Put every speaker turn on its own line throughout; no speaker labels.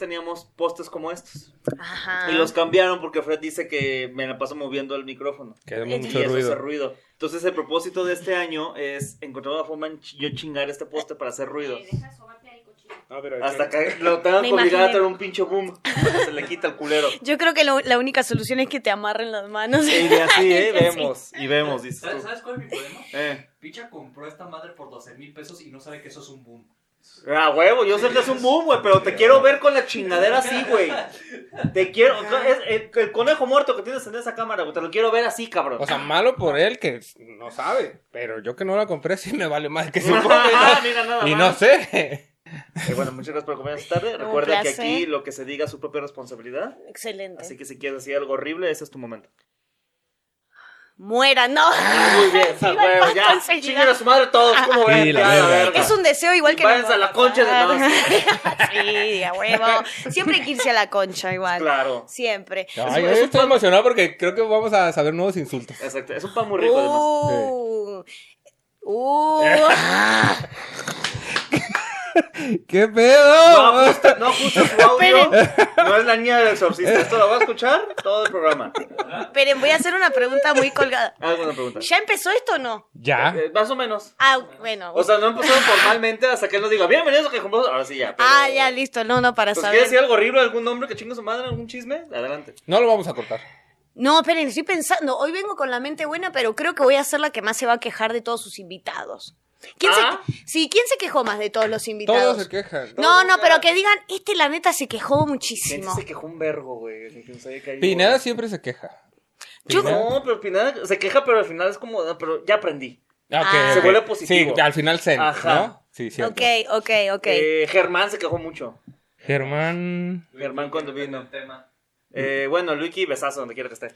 teníamos postes como estos.
Ajá.
Y los cambiaron porque Fred dice que me la paso moviendo el micrófono.
Que hay
Y
mucho
eso hace
ruido.
ruido. Entonces el propósito de este año es encontrar una forma en ch- yo chingar este poste para hacer ruido.
Deja sobarte ahí, cochino.
Ah, pero hay
Hasta
que-
que lo tengan
Me
que obligar a
imaginé.
tener un pinche boom. para que Se le quita el culero.
Yo creo que lo- la única solución es que te amarren las manos.
Y de así, ¿eh?
Sí.
Vemos. Y vemos, dices
¿Sabes,
tú.
sabes cuál es mi problema?
Eh.
Picha compró esta madre por 12 mil pesos y no sabe que eso es un boom.
Ah, huevo, yo sé que es un boom, güey, pero te quiero ver con la chingadera así, güey. Te quiero. es el, el conejo muerto que tienes en esa cámara, güey. Te lo quiero ver así, cabrón.
O sea, malo por él que no sabe. Pero yo que no la compré sí me vale más que su
Ah, mira, nada
Y
más.
no sé.
Eh, bueno, muchas gracias por acompañarnos esta tarde.
Un
Recuerda que
placer.
aquí lo que se diga es su propia responsabilidad.
Excelente.
Así que si quieres decir algo horrible, ese es tu momento.
Muera, no.
Muy bien,
Ah, Sí,
a
va el
huevo,
pato
ya.
enseguida.
Chinguen a su madre todos, ¿cómo
Sí,
ven?
la
Ya,
verga.
verga.
Ah, Es un deseo igual que
Váyanse a la concha de- no,
todos. sí, a huevo. Siempre hay que irse a la concha igual.
Claro.
Siempre.
Ay, yo estoy emocionado porque creo que vamos a saber nuevos insultos.
Exacto, es un pan muy rico además.
Uh, uh.
¡Qué pedo!
No ajusta, no ajusta su audio. No es la niña del exorcista. Esto lo va a escuchar todo el programa.
Esperen, voy a hacer una pregunta muy colgada.
Alguna pregunta.
¿Ya empezó esto o no?
Ya.
Eh, más o menos.
Ah, bueno.
O sea, no empezaron formalmente hasta que él nos diga, bienvenidos a que compramos. Ahora sí, ya. pero-
ah, ya, listo. No, no, para
Pues
saber.
quieres decir algo horrible, algún nombre que chingue su madre, algún chisme, adelante.
No lo vamos a cortar.
No, esperen, estoy pensando. Hoy vengo con la mente buena, pero creo que voy a ser la que más se va a quejar de todos sus invitados. ¿Quién
Ah.
se, sí, ¿quién se quejó más de todos los invitados?
Todos se quejan.
No, no, pero que digan, este la neta se quejó muchísimo.
se quejó un vergo, güey. que no sabía que había-
Pineda siempre se queja.
Yo-
Pineda-
No, pero Pineda se queja, pero al final es como, "Ah, pero ya aprendí.
Ah, ok,
Ah.
ok.
Se vuelve positivo.
Sí, al final se.
Ajá.
¿no? Sí, sí.
Ok, ok, ok.
Eh, Germán se quejó mucho.
Germán.
Germán cuando vino.
El tema.
Eh, bueno, Luiki, besazo donde quiera que esté.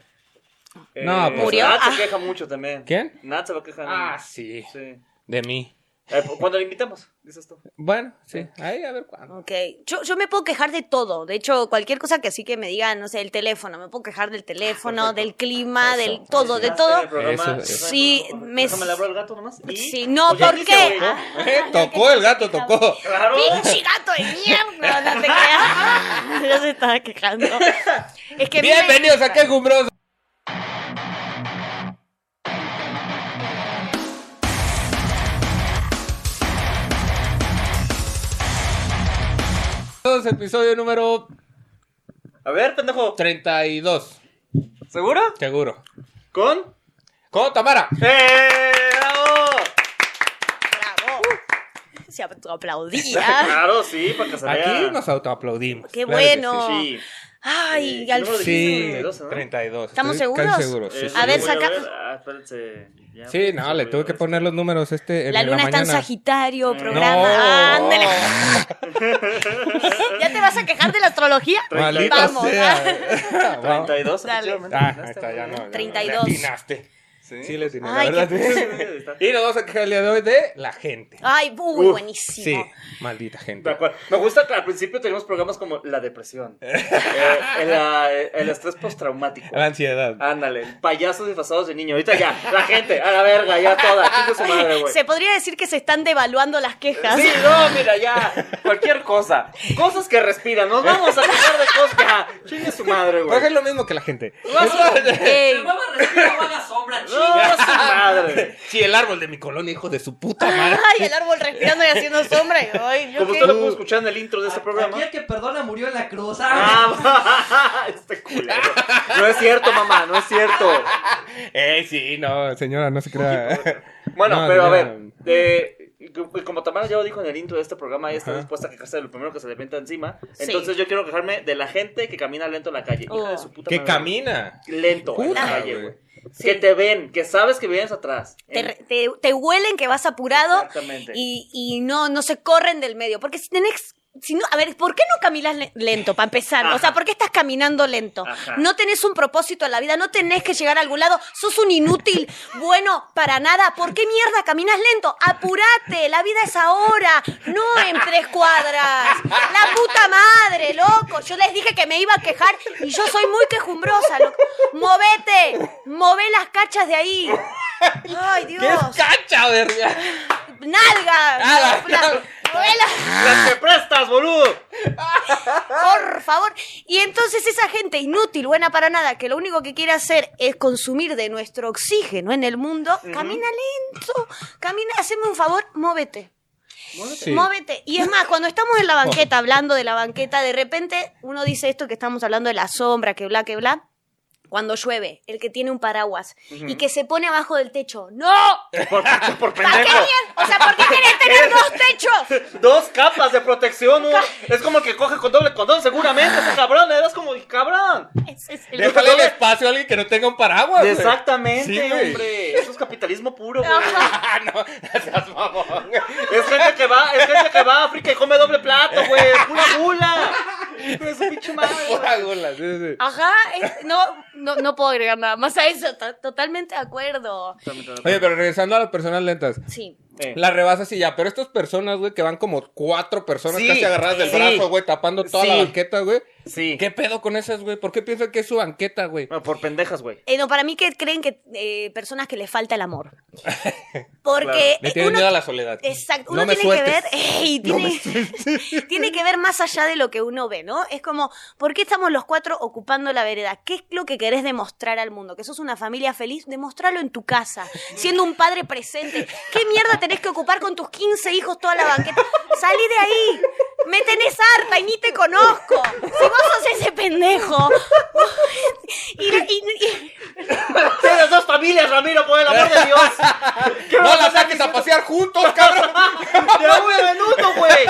Eh,
No, pues-
¿Murió?
Nat
Ah.
se queja mucho también.
¿Quién?
Nat se va a quejar.
Ah, sí.
Sí.
De mí.
Eh, cuando le invitamos, dices tú.
Bueno, sí. Ahí a ver cuándo.
Ok, yo, yo me puedo quejar de todo, de hecho cualquier cosa que así que me digan, no sé, el teléfono, me puedo quejar del teléfono,
Perfecto.
del clima,
Eso.
del todo, de
Ya está en
todo.
el programa.
Eso, eso.
Sí, me-
Déjame le abro al gato nomás. y- pues,
Sí, no,
Oye,
¿por
aquí se
qué?
oye, ¿no?
Ah,
Eh, tocó el gato, tocó.
Claro.
¡Pinche gato de mierda! No te creas. Ya se estaba quejando. Es que a mí me-
Bienvenidos a Qué Gumbroso. Todos, Episodio número
A ver, pendejo.
32,
¿Seguro?
seguro.
¿Con?
Con Tamara.
¡Eh! ¡Bravo!
Bravo. Se aplaudía.
Claro, sí, para que se vea.
Aquí nos autoaplaudimos.
Qué
claro que
bueno.
Sí.
Ay,
Sí,
al
número de
fin.
Sí,
32, ¿no?
32.
¿Estamos
estoy
seguros?
Casi seguro, Pues sí.
Eh,
sí.
A ver,
voy
saca-
ver. Ah, espérense. Ya,
Sí, no, le tuve que poner los números este en
La luna está en
mañana.
Sagitario,
No.
programa. Ándale. ¿Ya te vas a quejar de la astrología?
Maldita
Vamos. ¿ah?
sea. Vamos.
32.
Dale.
efectivamente.
Ah,
Ganaste,
está, ya
muy
no.
bien.
ya no,
32.
le atinaste.
Sí.
Sí, le atiné,
Ay,
la
qué Ah,
verdad. Y nos vamos a quejar el día de hoy de la gente.
Ay, uy,
Uf,
buenísimo.
Sí, maldita
De
gente.
acuerdo. Me gusta que al principio teníamos programas como la depresión, eh, el, ah, el estrés postraumático.
La ansiedad.
Ah, Ándale, payasos disfrazados de niño. Ahorita ya, la gente, a la verga, ya toda. Chingue su madre, güey.
Se podría decir que se están devaluando las quejas.
Sí, no, mira, ya. Cualquier cosa. Cosas que respiran. Nos vamos a quejar de cosas. Ya. Chingue su madre, güey.
Porque es lo mismo que la gente.
Ey,
El mamá respira, va la sombra,
No,
chinga.
su madre.
Sí, el árbol de mi colonia, hijo de su puta madre.
Ay, el árbol respirando y haciendo sombra. y, ay, yo
Como
qué-
usted lo pudo escuchar en el intro de este programa.
Aquí el que perdona murió en la cruz. Ah,
Ah, este culero. No es cierto, mamá, no es cierto.
Eh, sí, no, señora, no se crea.
Bueno,
No,
pero a
ya.
ver, eh, como Tamara ya lo dijo en el intro de este programa, ella está
Ajá.
dispuesta a quejarse de lo primero que se le venta encima.
Sí.
Entonces yo quiero quejarme de la gente que camina lento en la calle. Hija de
Oh.
su puta
Que
madre.
camina.
Lento en la
Puta,
calle,
güey.
güey. Que te ven, que sabes que vienes atrás.
Te,
En-
te- te huelen que vas apurado
Exactamente.
y, y no, no se corren del medio. Porque si tenés. Si no, a ver, ¿por qué no caminas le- lento para empezar? O sea,
Ajá.
¿por qué estás caminando lento?
Ajá.
No tenés un propósito en la vida, no tenés que llegar a algún lado, sos un inútil, bueno, para nada. ¿Por qué mierda caminas lento? Apurate, la vida es ahora, no en tres cuadras. La puta madre, loco. Yo les dije que me iba a quejar y yo soy muy quejumbrosa, loco. Movete, move las cachas de ahí. Ay,
¿Qué
Dios.
es cacha, verga?
Nalga.
Ah,
La-
la-
la- Manuela,
¡Las que prestas, boludo!
por favor. Y entonces esa gente inútil, buena para nada, que lo único que quiere hacer es consumir de nuestro oxígeno en el mundo, camina lento, camina, haceme un favor, móvete.
Sí.
Móvete. Y es más, cuando estamos en la banqueta, hablando de la banqueta, de repente uno dice esto que estamos hablando de la sombra, que bla, que bla. Cuando llueve, el que tiene un paraguas y que se pone abajo del techo. ¡No!
Por, por, por
¿Para qué
pendejo.
bien? O sea, ¿por qué querés tener dos techos?
Dos capas de protección, uno. Es como el que coge con doble condón, seguramente, ese cabrón. Eres como, cabrón.
Ese es el-
Déjale el espacio a alguien que no tenga un paraguas. güey.
Exactamente,
Sí, güey.
hombre. Eso es capitalismo puro, güey.
Ajá.
Ah, no, no seas mamón.
Es gente que va, es gente que va a África y come doble plato, güey. Es Pura gula. Es pinche madre.
Pura gula, sí, sí.
Ajá, es- no, no, no puedo agregar nada más a eso. to- Totalmente de acuerdo.
Oye, pero regresando a las personas lentas.
Sí.
Eh.
Las rebasas y ya, pero estas personas, güey, que van como cuatro personas
Sí,
casi agarradas del
sí.
brazo, güey, tapando toda la
Sí.
banqueta, güey.
Sí.
¿Qué pedo con esas, güey? ¿Por qué piensan que es su banqueta, güey?
Bueno, por pendejas, güey.
Eh, no, para mí que creen que eh, personas que les falta el amor. Porque
Le
eh,
tienen
uno-
miedo a la soledad.
Exacto,
No
uno
me
tiene que ver,
sueltes.
ey, tiene, tiene que ver más allá de lo que uno ve, ¿no? Es como, ¿por qué estamos los cuatro ocupando la vereda? ¿Qué es lo que querés demostrar al mundo? ¿Que sos una familia feliz? Demostralo en tu casa, siendo un padre presente. ¿Qué mierda tenés que ocupar con tus 15 hijos toda la banqueta? Salí de ahí, me tenés harta y ni te conozco. Si vos sos ese pendejo. Y- y- y-
Tienes dos familias, Ramiro, por el amor de Dios. ¿Qué
¡No
vas a
la
estar
saques a
diciendo?
pasear juntos, cabrón!
¡Ya voy a menudo, güey!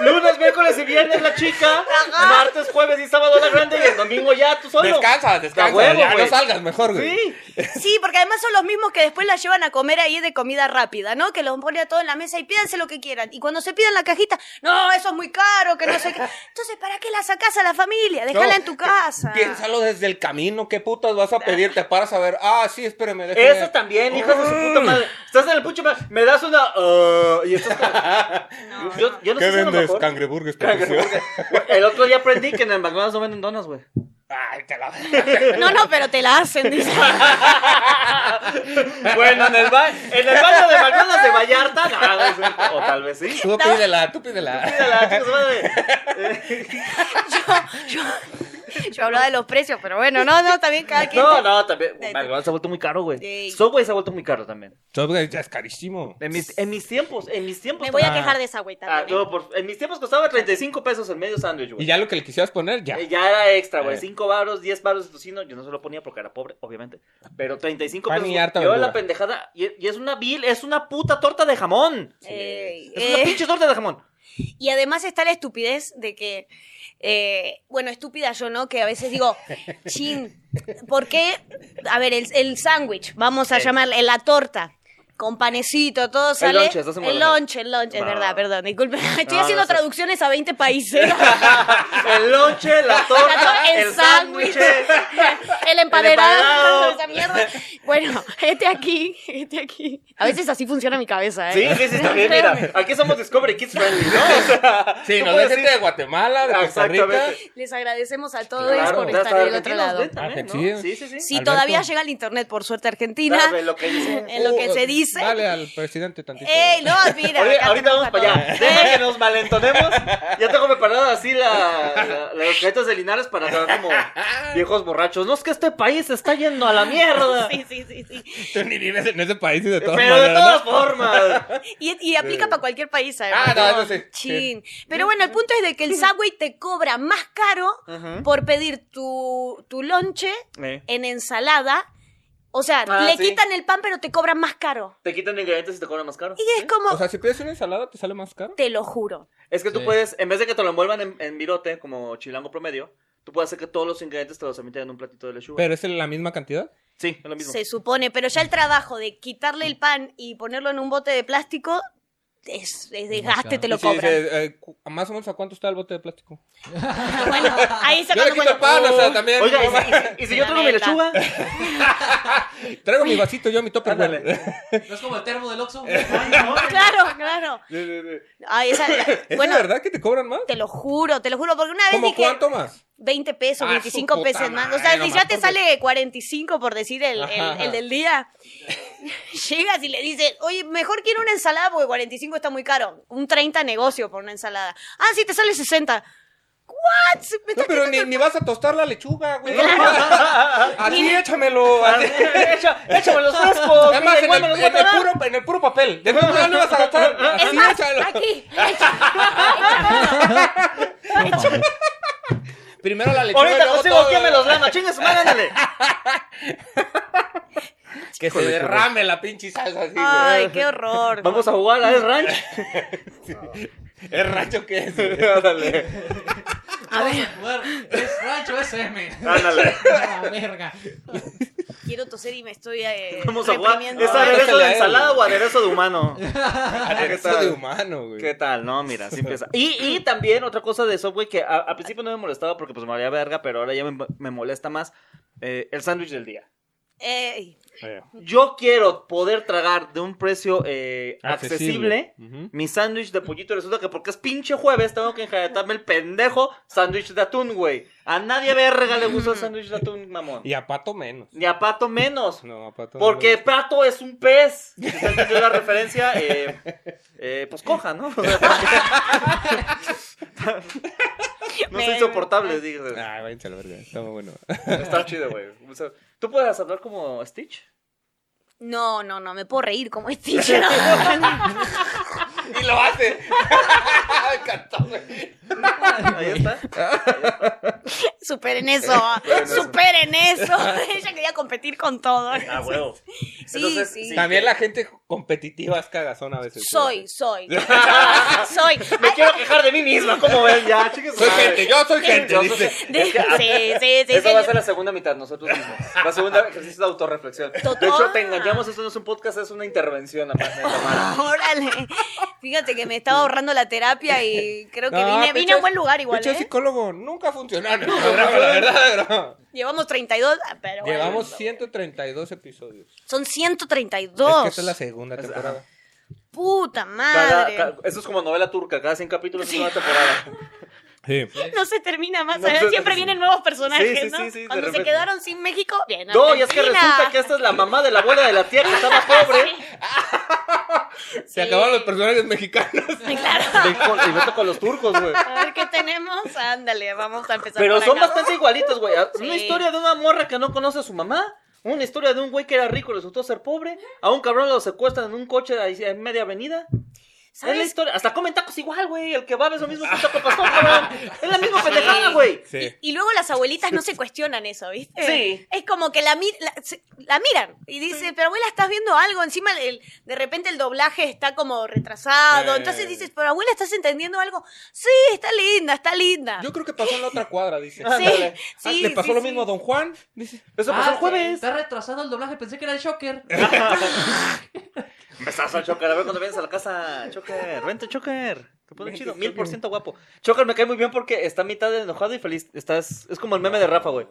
Lunes, miércoles y viernes la chica. Martes, jueves y sábado la grande. Y el domingo ya tú solo.
Descansa,
A
descansa.
huevo,
ya,
güey.
no salgas mejor, güey.
Sí.
Sí, porque además son los mismos que después la llevan a comer ahí de comida rápida, ¿no? Que los pone a todos en la mesa y pídanse lo que quieran. Y cuando se pidan la cajita, no, eso es muy caro, que no sé qué. Entonces, ¿para qué la sacás a la familia? Déjala
No,
en tu casa.
Piénsalo desde el camino, ¿qué putas vas a pedir? Te paras a ver, ah, sí, espérame, déjame.
Eso también, hijas de su puta madre. Estás en el pucho, me das una. ah, y estás como- yo, yo no
¿Qué
sé si es lo
vendes?
mejor.
Cangreburgues,
El otro día aprendí que en el McDonald's no venden donas, güey.
Ay, te la
No, no, pero te la hacen, dice.
Bueno, en el, ba- en el baño de McDonald's de Vallarta, no, o tal vez sí.
Tú pídela, tú pídela.
Mírala, chicos, madre.
Yo, yo, yo hablaba de los precios, pero bueno, no, no, también cada quien.
No, no, también. McDonald's se ha vuelto muy caro, güey.
Ey.
Subway se ha vuelto muy caro también.
Subway ya es carísimo.
En mis, en mis tiempos, en mis tiempos.
Me voy a
Ah.
quejar de esa güey
Ah,
también. ¿eh?
no, por- en mis tiempos costaba 35 pesos el medio sándwich,
Y
güey.
ya lo que le quisieras poner, ya.
Eh, Ya era extra, güey.
Eh.
5 baros, 10 baros de tocino. Yo no se lo ponía porque era pobre, obviamente. Pero 35
Pan
pesos.
y harta
yo
verdura.
la pendejada. Y, y es una vil, es una puta torta de jamón.
Ey,
Es una
eh.
pinche torta de jamón.
Y además está la estupidez de que, eh, bueno, estúpida yo, ¿no? Que a veces digo, chin, ¿por qué? A ver, el, el sándwich, vamos a
Sí.
llamarle, la torta. Con panecito, todo sale.
lonche, estás en
el
Guadalajara.
lonche, el lonche, es
No.
verdad, perdón, disculpen. Estoy
No,
haciendo
no,
traducciones a 20 países.
El lonche, la torta, el, sándwich.
el
empaderado.
empaderado, esa mierda. Bueno, este aquí, este aquí. A veces así funciona mi cabeza, ¿eh?
Sí, sí, sí, está bien, mira. Aquí somos Discovery Kids Friendly, ¿no? O sea,
Sí,
tú
nos ven
puedes
gente
ir-
de Guatemala, de Costa Rica.
Exactamente.
Les agradecemos a todos
Claro,
por
hasta
estar del otro
argentinos
lado.
ven
Ah,
también, ¿eh? ¿no?
Argentinos.
Sí, sí, sí.
Si
Alberto.
todavía llega el internet, por suerte, Argentina.
Claro, lo que dicen.
En lo que se dice.
Dale al presidente tantito.
¡Ey, no! Mira,
Ahorita-
acá
ahorita
tenemos
vamos
a
para allá.
todos.
Deja que nos malentonemos. Ya tengo preparado así la, la- las galletas de Linares para quedar como viejos borrachos. No, es que este país se está yendo a la mierda.
Sí, sí, sí, sí.
Tú ni vives en ese país y de todas
Pero de
maneras.
todas
¿no?
formas.
Y, y aplica para cualquier país, además.
Eh. Ah, no, eso sí.
Chin. Pero bueno, el punto es de que el Subway te cobra más caro
Ajá.
por pedir tu, tu lonche
Eh.
en ensalada. O sea,
Ah,
le
sí.
quitan el pan, pero te cobran más caro.
Te quitan ingredientes y te cobran más caro.
Y es como,
O sea, si pides una ensalada, ¿te sale más caro?
te lo juro.
Es que tú
Sí.
puedes, en vez de que te lo envuelvan en, en virote, como chilango promedio, tú puedes hacer que todos los ingredientes te los emiten en un platito de lechuga.
¿Pero es la misma cantidad?
sí, es lo mismo.
Se supone, pero ya el trabajo de quitarle el pan y ponerlo en un bote de plástico es, es desgaste, te lo
Sí, sí,
cobran.
sí, eh, cu- más o menos, ¿a cuánto está el bote de plástico?
Bueno, ahí
Yo le
sacando
quito
cuenta.
el pan, o sea, también.
Oiga,
no
¿y si-
mames.
y si, y si yo traigo mi
La
lechuga?
neta.
Traigo mi vasito, yo mi topper. güey.
Ándale.
¿No es como el termo del Oxxo? Ay, no.
Claro, claro. Ay, esa,
¿Es
bueno,
de verdad que te cobran más?
te lo juro, te lo juro, porque una vez
¿Cómo
dije
cuánto más?
20 pesos,
Ah, su
25
puta
pesos más. O
madre,
sea, si
nomás
ya te
porque-
sale 45 por decir el, el-
Ajá.
el del día. Llegas y le dices, oye, mejor quiero una ensalada porque 45 está muy caro. Un 30 negocio por una ensalada. Ah, sí, te sale 60. ¿What? Me
No,
estás
pero
quitando
ni,
el-
ni vas a tostar la lechuga, güey. Así échamelo. así.
Echa- Échame los frescos.
Además,
mira,
en
igual
el,
me los voy a
en el
quedar.
puro, en el puro papel. De puro papel no vas a gastar.
Es
Así
más, ah,
échalo.
aquí. échame.
Primero la lechuga. y
Ahorita
luego
consigo
todo,
quién me los
güey.
lama. Chingue su madre, ándale.
Que se derrame la pinche salsa así, güey.
Ay, qué horror.
Vamos a jugar a El Ranch.
El rancho que es. güey.
Ándale.
A ver,
Jugar, Es rancho SM.
Ándale.
La verga.
quiero toser y me estoy eh,
Vamos a jugar.
reprimiendo.
¿Es
Ay,
aderezo
déjala a
de
él,
ensalada
güey.
o aderezo de humano?
Aderezo
tal?
Ah, de humano, güey.
¿Qué tal? No, mira, así empieza. Y, y también otra cosa de Subway que a- al principio no me molestaba porque pues me valía verga, pero ahora ya me, me molesta más. eh, el sándwich del día.
Ey,
Yo quiero poder tragar de un precio eh,
Ah,
accesible.
Ujú.
Mi sándwich de pollito resulta que porque es pinche jueves tengo que enjaretarme el pendejo sándwich de atún, güey. A nadie verga le gusta el sándwich de atún, mamón.
Y a pato menos.
Ni a Pato menos.
No, a pato
Porque
no.
Pato es un pez. Si usted entendió la referencia, eh, eh, pues coja, ¿no? no
Me-
soy insoportable, digo.
Ah, váyanse a la verga. Está muy bueno.
Está chido, güey. O sea, ¿Tú puedes hablar como Stitch?
No, no, no, me puedo reír como Stitch. No.
y lo hace. Me encantó, güey.
Ahí está.
superen eso, superen eso. Ella quería competir con todo.
Ah, huevo.
Sí,
Entonces,
sí.
sí.
También la gente competitiva es cagazón a veces.
Soy, soy. soy.
Me quiero quejar de mí misma, ¿cómo ven? Ya, chicos.
Soy gente, yo soy gente,
Yo soy-
dice.
De- sí, sí, sí.
ah, Eso
sí.
va a ser la segunda mitad, nosotros mismos. La segunda ejercicio de autorreflexión. De hecho, te
Total.
engañamos, esto no es un podcast, es una intervención, aparte. Tamara.
Órale. Fíjate que me estaba ahorrando la terapia y creo que
No,
vine, vine
pinche-
a un buen lugar igual.
pinche
¿eh?
psicólogo nunca funcionó en el programa, la verdad, bro.
Llevamos 32, ah, pero bueno.
Llevamos 132 episodios.
son
Es
132.
que esta es la segunda temporada.
Puta
Cada-
madre.
ca- Eso es como novela turca, cada 100 capítulos es una temporada.
Sí.
No se termina más,
No
¿eh?
se-
siempre vienen nuevos personajes,
Sí, sí,
¿no?
sí, sí, de
Cuando se
repente.
quedaron sin México, bien.
No, y es que
Argentina.
resulta que esta es la mamá de la abuela de la tía que estaba pobre.
Se acabaron los personajes mexicanos.
Sí, claro.
Ve con- Y vete con los turcos, güey.
A ver qué tenemos. Ándale, vamos a empezar.
Pero
por
son
acá.
bastante igualitos, güey. Ah, Una
Sí.
historia de una morra que no conoce a su mamá. Una historia de un güey que era rico y resultó ser pobre. A un cabrón lo secuestran en un coche ahí en media avenida. Es la
¿Sabes?
historia. Hasta comen tacos igual, güey. El que va es lo mismo que un taco pastor, cabrón. Es la misma pendejada, güey.
Sí.
Y luego las abuelitas no se cuestionan eso, ¿viste?
Sí.
Es como que la, mi- la, se- la miran y dice, pero abuela, estás viendo algo. Encima, el- el- de repente el doblaje está como retrasado.
Eh.
Entonces dices, pero abuela, ¿estás entendiendo algo? Sí, está linda, está linda.
Yo creo que pasó en la otra cuadra, dice.
Ah,
Sí,
ándale.
Ah,
sí,
le pasó
sí,
lo
sí. Ah,
mismo a Don Juan. Dice,
Eso pasó el jueves.
Ah, Está retrasado el doblaje, pensé que era el Shocker.
Besazo al Choker. A ver cuando vienes a la casa, Choker. Vente, Choker. Te pone
Vente,
chido.
Choker.
Mil por ciento guapo. Choker me cae muy bien porque está a mitad de enojado y feliz. Estás, es como el meme de Rafa, güey.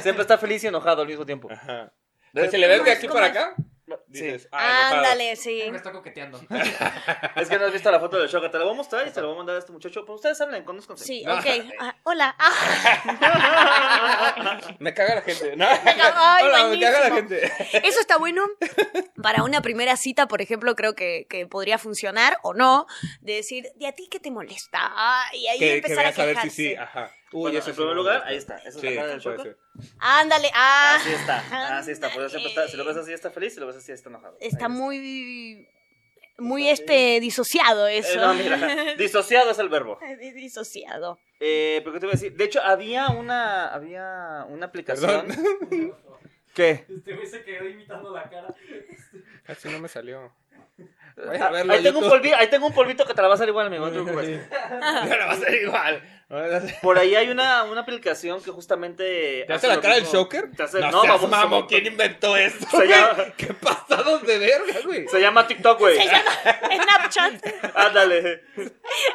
Siempre está feliz y enojado al mismo tiempo.
Ajá. Si le ves de aquí para acá,
Sí.
dices, ah, enojado.
Ándale, sí.
Me está coqueteando.
Es que no has visto la foto del Choker. Te la voy a mostrar y se la voy a mandar a este muchacho. Pues ustedes hablen, conozcan.
Sí, ok. Ah, hola. Ah,
Me caga la gente. ¿no?
Ay,
Hola, me caga la
buenísimo.
gente.
eso está bueno para una primera cita, por ejemplo, creo que, que podría funcionar o no. De decir, ¿de a ti qué te molesta? Ah, y ahí
que, que
empezar
veas
a
a ver
quejarse.
si sí. ah. Ajá. Uy,
Bueno,
ese
en
sí me
primer lugar,
molesta.
ahí está. Esa es la
Sí,
cara del
puede
Joker.
ser.
Ándale, ah.
Así está, así está. Por eso siempre está. Si lo ves así, está feliz. Si lo ves así, está enojado.
Está
Ahí
muy muy este disociado
está. Eh,
eso.
no, mira. Disociado es el verbo.
disociado.
Eh, pero qué te iba a decir. De hecho, había una, había una aplicación.
Perdón.
¿Qué?
Este güey se quedó imitando la cara.
Así Ah, no me salió. Vayan a
Ah,
verlo
Ahí
a
tengo, un
YouTube.
polvi- ahí tengo un polvito que te la va a hacer igual, amigo. no pues te preocupes.
Ya la va a ser igual. No, ya sé.
Por ahí hay una, una aplicación que justamente.
¿Te hace la
lo
cara del
mismo.
Joker?
Te hace-
no,
no,
seas
vamos,
mamo,
somos-
¿quién inventó esto?
Se
güey?
llama-
¿Qué pasados de verga, güey?
Se llama TikTok, güey.
Se llama Snapchat.
Ándale.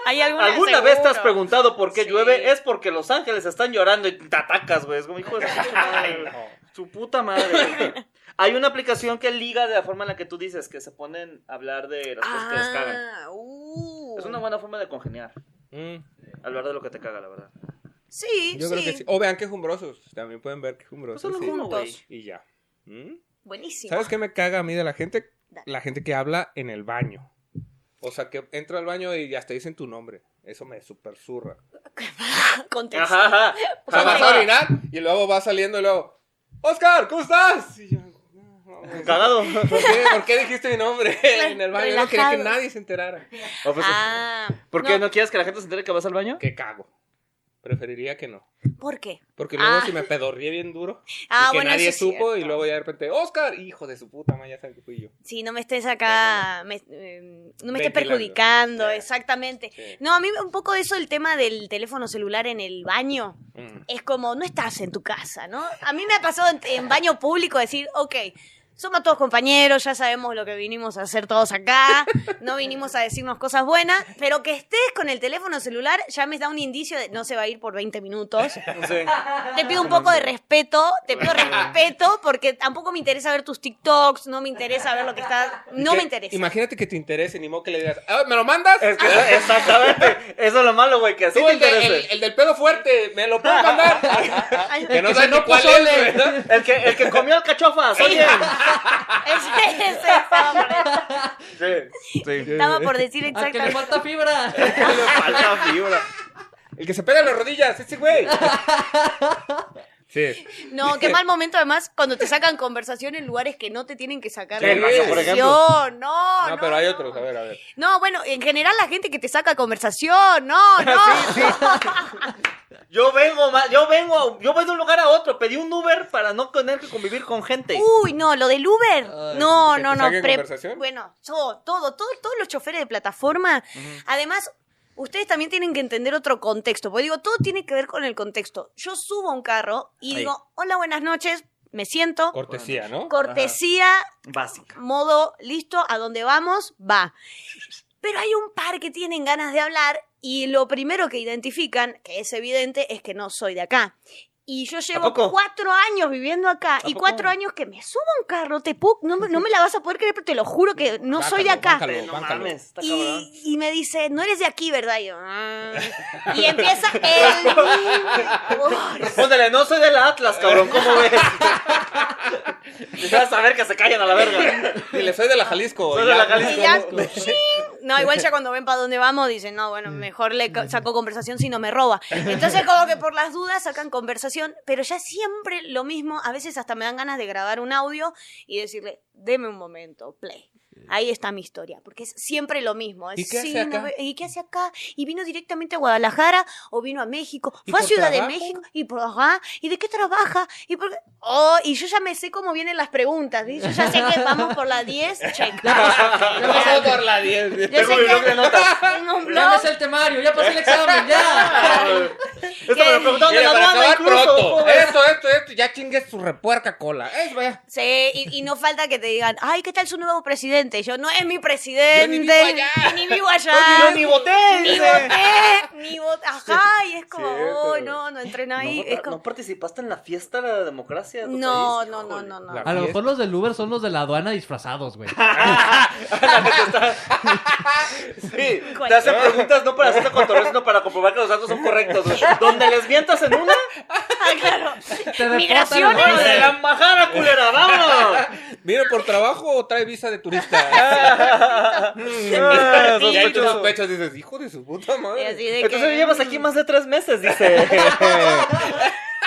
Hay alguna
¿Alguna vez te has preguntado por qué
Sí.
llueve? Es porque los ángeles están llorando y te atacas, güey. Es como hijo de su puta madre. Su puta madre. Hay una aplicación que liga de la forma en la que tú dices, que se ponen a hablar de las cosas Pues que les cagan.
Ah, uh.
Es una buena forma de congeniar.
Mm,
Hablar de lo que te caga, la verdad.
Sí,
yo creo que sí. O vean qué jumbrosos. También pueden ver qué
Pues
jumbrosos.
solo
sí.
uno, güey.
Juntos.
Y ya. ¿Mm?
Buenísimo.
¿Sabes qué me caga a mí de la gente?
Dale.
La gente que habla en el baño. O sea, que entra al baño y hasta dicen tu nombre. Eso me super zurra.
Contexto.
Ajá, ajá.
O sea,
Ajá.
vas a orinar y luego va saliendo y luego, ¡Oscar, ¿cómo estás? Y yo, "No, no, no".
Cagado.
¿Por qué, por qué dijiste mi nombre en el baño? Yo No quería que
relajado.
nadie se enterara.
Oh, pues,
Ah,
¿Por qué no. quieres que la gente se entere que vas al baño?
Que cago. Preferiría que no.
¿Por qué?
Porque luego
Ah.
si me pedorrié bien duro
Ah,
y que
bueno,
nadie
eso es
supo y
cierto.
luego ya de repente, ¡Oscar! Hijo de su puta madre, ya sabes que fui yo.
Sí, no me estés acá, me- eh, no me estés
Ventilando.
perjudicando,
Ya.
exactamente.
Sí.
No, a mí un poco eso, el tema del teléfono celular en el baño,
Mm.
es como, no estás en tu casa, ¿no? A mí me ha pasado en, en baño público decir, ok, somos todos compañeros, ya sabemos lo que vinimos a hacer todos acá, no vinimos a decirnos cosas buenas, pero que estés con el teléfono celular ya me da un indicio de, no se va a ir por 20 minutos.
No sé.
Te pido un poco de respeto, te pido respeto porque tampoco me interesa ver tus TikToks, no me interesa ver lo que estás, no
Que-
me interesa.
Imagínate que te interese, ni modo que le digas, "Ah, ¿me lo mandas?
Es que exactamente. Eso es lo malo, güey, que así
Tú,
te
el, de-
interese.
el- el del pedo fuerte, ¿me lo puedes mandar? Ah,
Ay,
que no
ese-
sé ni cuál es, ¿verdad?
El que, el que comió alcachofas, oye.
ese es el hombre.
Sí, sí.
Estaba por decir
¡A Ah, que le
exactamente.
falta fibra!
Falta fibra.
El que se pega en las rodillas, ese güey. Sí.
No, qué mal momento además cuando te sacan conversación en lugares que no te tienen que sacar
Sí, el baño, por ejemplo.
conversación. No,
No,
no,
pero hay
no.
otros, a ver, a ver.
No, bueno, en general la gente que te saca conversación, no, no.
Yo vengo, ma- yo vengo, yo voy de un lugar a otro. Pedí un Uber para no tener que convivir con gente.
Uy, no, lo del Uber.
Ay,
no,
¿que
no,
te
no.
saquen
pre-
conversación?
Bueno, todo, todo, todo, todos los choferes de plataforma. Además, ustedes también tienen que entender otro contexto. Porque digo, todo tiene que ver con el contexto. Yo subo a un carro y
Ahí.
digo, hola, buenas noches, me siento.
Cortesía, ¿no?
Cortesía,
Básica.
modo listo, a dónde vamos, va. Pero hay un par que tienen ganas de hablar y lo primero que identifican, que es evidente, es que no soy de acá. Y yo llevo
poco?
cuatro años viviendo acá y
poco?
cuatro años que me subo a un carro, te pu- no, me- no me la vas a poder creer, pero te lo juro que no soy de acá.
Bájalo,
no
bájalo.
mames, está cabrón.
Y, y me dice, no eres de aquí, ¿verdad? Y, yo, "Ah". Y empieza el... Uy,
Respóndele, no soy de la Atlas, cabrón, ¿cómo ves? Ya vas a ver que se callan a la verga.
Dile, soy
Ah.
de la Jalisco.
Soy
y
de
ya,
la Jalisco.
Y ya, ching. No, igual ya cuando ven para dónde vamos dicen, no,
Mm.
bueno, mejor le ca- saco conversación si no me roba. Entonces como que por las dudas sacan conversación, pero ya siempre lo mismo, a veces hasta me dan ganas de grabar un audio y decirle, deme un momento, play. Ahí está mi historia, porque es siempre lo mismo. es,
¿Y qué hace
sí, no
acá?
ve- ¿Y qué hace acá? ¿Y vino directamente a Guadalajara o vino a México?
¿Y
¿Fue a
por
Ciudad de
trabajo?
México? ¿Y por acá? ¿Y de qué trabaja? ¿Y por qué? Oh, y yo ya me sé cómo vienen las preguntas, ¿sí? Yo ya sé que vamos por la 10, check.
Ya pasó por la 10.
Yo sé
Tengo mi blog
que
de notas.
tengo un
¡Ya me
blog.
sé el temario! ¡Ya pasé el examen! ¡Ya!
Esto me lo preguntaron en
Mira,
la
para
aduana
acabar
incluso.
pronto.
joder.
Esto, esto, esto. Ya chingues su repuerca cola. Eh, vaya.
Sí, y, y no falta que te digan, ay, ¿qué tal su nuevo presidente? Y yo, no es mi
Yo ni
presidente.
vivo allá.
Ni vivo allá.
Yo ni voté.
Ni
dice.
voté. Ni voté. Ajá, y es como,
Cierto.
oh, no, no entré
No,
ahí.
vota-
es
¿no
como,
participaste en la fiesta de la democracia? de tu
no,
país?
no, no,
Híjole.
no, no.
La-
A lo mejor los del Uber son los de la aduana disfrazados, güey.
Sí,
¿Cuál?
te hacen preguntas no para hacerte controlar, sino para comprobar que los datos son correctos. güey. Donde les mientas en una,
Ah, claro.
Te deportan.
Migraciones.
¡vámonos de la embajada, culera! ¡Vámonos!
¿Viene por trabajo o trae visa de turista?
Ah,
y ahí tú
sospechoso.
sospechas, dices, hijo de su puta
Y
madre.
así de que,
Entonces llevas aquí más de tres meses, dice.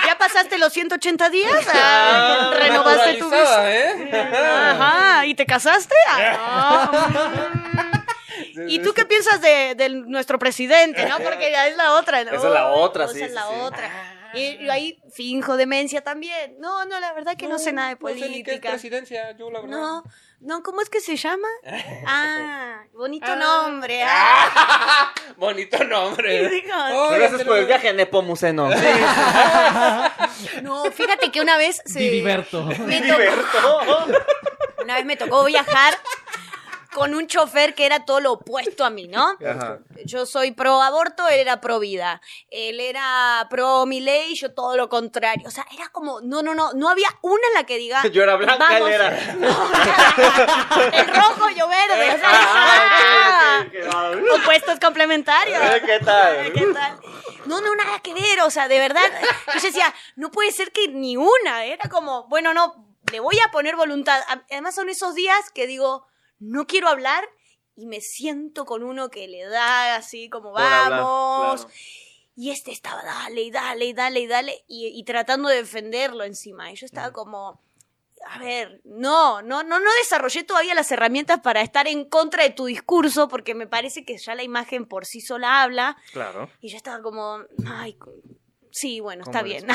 ¿Ya pasaste los 180 días? Ah,
Ah,
¿Renovaste tu visa?
Naturalizada, ¿eh?
Ajá, ¿y te casaste? Ah, no. ¿Y tú qué piensas de, de nuestro presidente? No, porque ya es la otra. ¿no?
Esa es la otra,
Esa
sí,
es
sí,
la
sí.
otra. Y, y ahí finjo demencia también. No, no, la verdad que no, sé nada de
No sé ni qué es
política.
presidencia, yo la verdad.
No, no, ¿cómo es que se llama? Ah, bonito nombre. ah.
Bonito nombre.
Sí, hija.
Oye,
Gracias
pero-
por el viaje, Nepomuceno.
No, fíjate que una vez se...
Viviberto.
me tocó-
Oh,
Una vez me tocó viajar con un chofer que era todo lo opuesto a mí, ¿no? Yo soy pro aborto, él era pro vida. Él era pro mi ley, yo todo lo contrario. O sea, era como, no, no, no, no había una en la que diga.
Yo era blanca,
"Vamos".
él era-
No. el rojo, yo verde. O sea,
Ah,
ah,
ok, ok, ah.
opuestos complementarios.
Eh, ¿Qué tal?
¿Qué tal? No, no, nada que ver, o sea, de verdad. Yo decía, no puede ser que ni una, era como, bueno, no, le voy a poner voluntad. A- Además son esos días que digo, no quiero hablar y me siento con uno que le da así como
Por hablar,
vamos.
claro.
Y este estaba, dale, y dale, y dale, y dale, y, y tratando de defenderlo encima. Y
Mm.
yo estaba como, a ver, no, no, no, no desarrollé todavía las herramientas para estar en contra de tu discurso, porque me parece que ya la imagen por sí sola habla.
Claro.
Y yo estaba como, ay, co- sí, bueno,
¿Cómo
está
le
bien.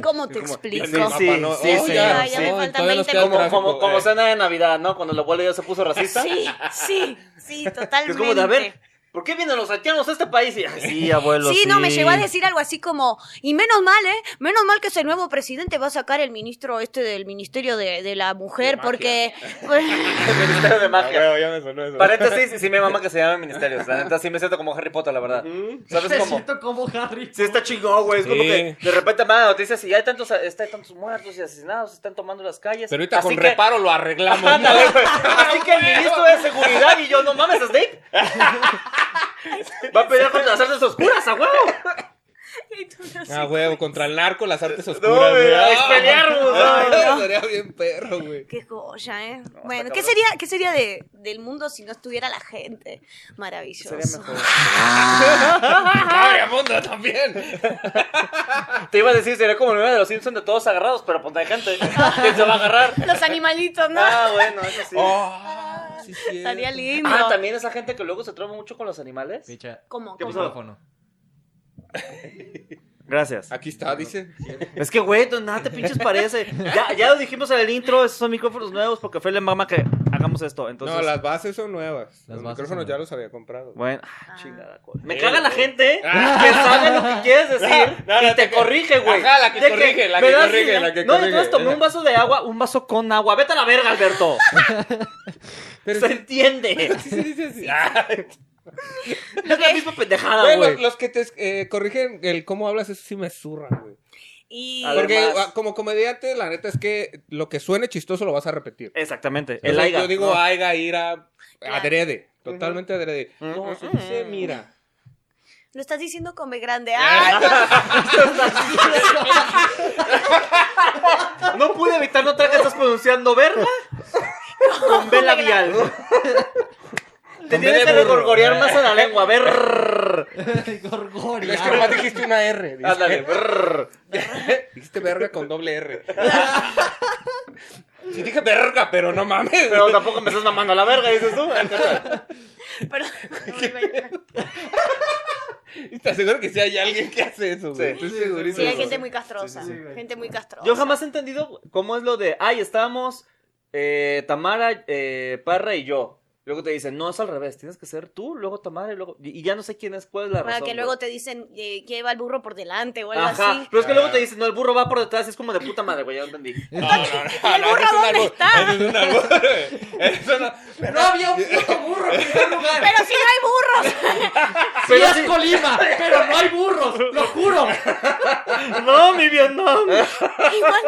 ¿Cómo te
¿Cómo?
explico?
Sí, sí,
Papá, no-
sí,
ya,
oh,
señor,
ya
sí.
me
no, y
faltan
todavía nos
20
queda
Como,
minutos.
tráfico,
como, como
eh.
cena de Navidad, ¿no? Cuando el abuelo ya se puso racista.
Sí, sí, sí,
Que
totalmente.
es como de, a ver, ¿por qué vienen los haitianos a este país? Y, ay, sí, abuelo, sí.
Sí, no, me llegó a decir algo así como, y menos mal, ¿eh? Menos mal que ese nuevo presidente va a sacar el ministro este del Ministerio de, de la Mujer,
De
porque...
Ministerio de
Ah,
magia.
huevo, ya me sonó eso.
Paréntesis, sí me mama que se llame ministerios. La neta, sí me siento como Harry Potter, la verdad. ¿Sabes
Me
cómo?
siento como Harry.
Sí, está chingón, güey. Es como
Sí.
que de repente más noticias y ya hay tantos, está, hay tantos muertos y asesinados, se están tomando las calles.
Pero ahorita
Así
con
que-
reparo lo arreglamos.
Ándale, güey. Así que el ministro de seguridad y yo, no mames, Snape. Va a pelear contra las artes oscuras, a huevo.
Ah, huevo, contra el narco, las artes
No,
oscuras.
güey,
güey.
a
Ah,
expelearnos,
ah,
no.
Estaría bien perro, güey.
Qué joya, ¿eh? bueno,
está
¿qué
cabrón.
sería, qué sería de- del mundo si no estuviera la gente? Maravilloso.
Sería mejor.
Cabre mundo Ah, también.
Te iba a decir, sería como el meme de los Simpsons de todos agarrados, pero ponte de gente. ¿Quién se va a agarrar?
Los animalitos, ¿no?
Ah, bueno, eso sí.
Ah,
Oh, sí, sí.
Estaría lindo.
Ah, también esa gente que luego se troma mucho con los animales.
Picha.
¿Cómo?
¿Qué
¿Cómo?
pasó?
Micrófono.
Gracias.
Aquí está, dice.
Es que, güey, pues, nada te pinches parece. Ya, ya lo dijimos en el intro, esos son micrófonos nuevos porque fue la mamá que hagamos esto. Entonces,
No, las bases son nuevas.
Las
los
bases
micrófonos
son
ya
nuevas.
los había comprado.
bueno, ah, chingada, cola. Me
Eh,
caga la
güey.
gente
Ah.
que sabe lo que quieres decir
No, no,
y te
que-
corrige, güey.
Ajá, la que
De
corrige, la
me
que
das-
corrige, la que
No,
corrige.
entonces tomé un vaso de agua, un vaso con agua. Vete a la verga, Alberto.
Pero
Se
sí,
entiende.
sí, sí, sí, sí. Ah,
Es la misma pendejada,
güey, los,
Ah, güey.
los que te eh, corrigen el cómo hablas, eso sí me zurran, güey.
Y...
A ver,
Porque
más.
ah, como comediante, la neta es que lo que suene chistoso lo vas a repetir.
Exactamente.
O
Eh, El
sea,
aiga.
yo digo ah.
¿no?
aiga, ira,
Claro.
adrede. Totalmente adrede.
Ujú.
No, se dice mira.
Lo estás diciendo come
Eh,
grande. ¡Ah!
No pude evitar notar que estás pronunciando verga con B labial. Te
Con B
tienes que
de burro.
regorgorear más en la lengua. Ver.
Gorgoria.
Es que nomás dijiste una R. dice.
Ándale. brr.
Dijiste verga con doble R. Sí dije verga, pero no mames.
Pero tampoco me estás mamando a la verga, dices tú.
Perdón.
Y te aseguro que sí hay alguien que hace eso, güey.
Pues Sí.
Estoy segurísimo.
Sí, hay gente muy castrosa.
Sí, sí, sí, güey.
gente muy castrosa.
Yo jamás he entendido cómo es lo de, ay, estábamos eh, Tamara, eh, Parra y yo. Luego te dicen, no, es al revés, tienes que ser tú, luego Tamara y luego... Y y ya no sé quién es, cuál es la
Para
razón.
que luego
güey.
te dicen eh, que va el burro por delante o algo
Ajá,
así.
pero es que
Ah.
luego te dicen, no, el burro va por detrás, y es como de puta madre, güey, ya lo entendí.
No, no, no, Ah,
¿Y el
no,
burro
eso es un
dónde
albur,
está?
eso es un albur, güey. Eso no-
No había un puto burro en primer lugar.
Pero si no hay burros.
Sí es Colima, pero no hay burros, lo juro.
No, mi Vietnam.
Igual,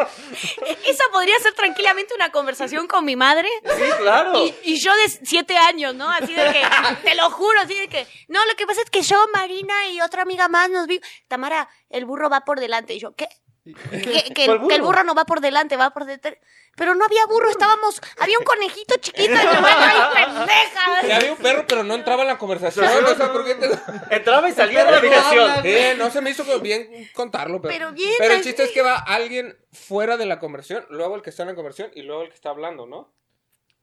esa podría ser tranquilamente una conversación con mi madre.
Sí, claro.
Y, y yo de siete años, ¿no? Así de que, te lo juro, así de que, no, lo que pasa es que yo, Marina y otra amiga más nos vi, Tamara, el burro va por delante. Y yo, ¿qué? Que, que- que
¿Cuál
el,
burro?
que el burro no va por delante, va por detrás. Pero no había burro, estábamos, había un conejito chiquito y yo, ¡ay,
Sí
pendeja!
había un perro, pero no entraba en la conversación. No sé por qué te-
Entraba y salía de la
Pero
habitación.
habla.
Eh, no se me hizo bien contarlo, pero.
Pero bien,
pero el
así.
chiste es que va alguien fuera de la conversión, luego el que está en la conversión y luego el que está hablando, ¿no?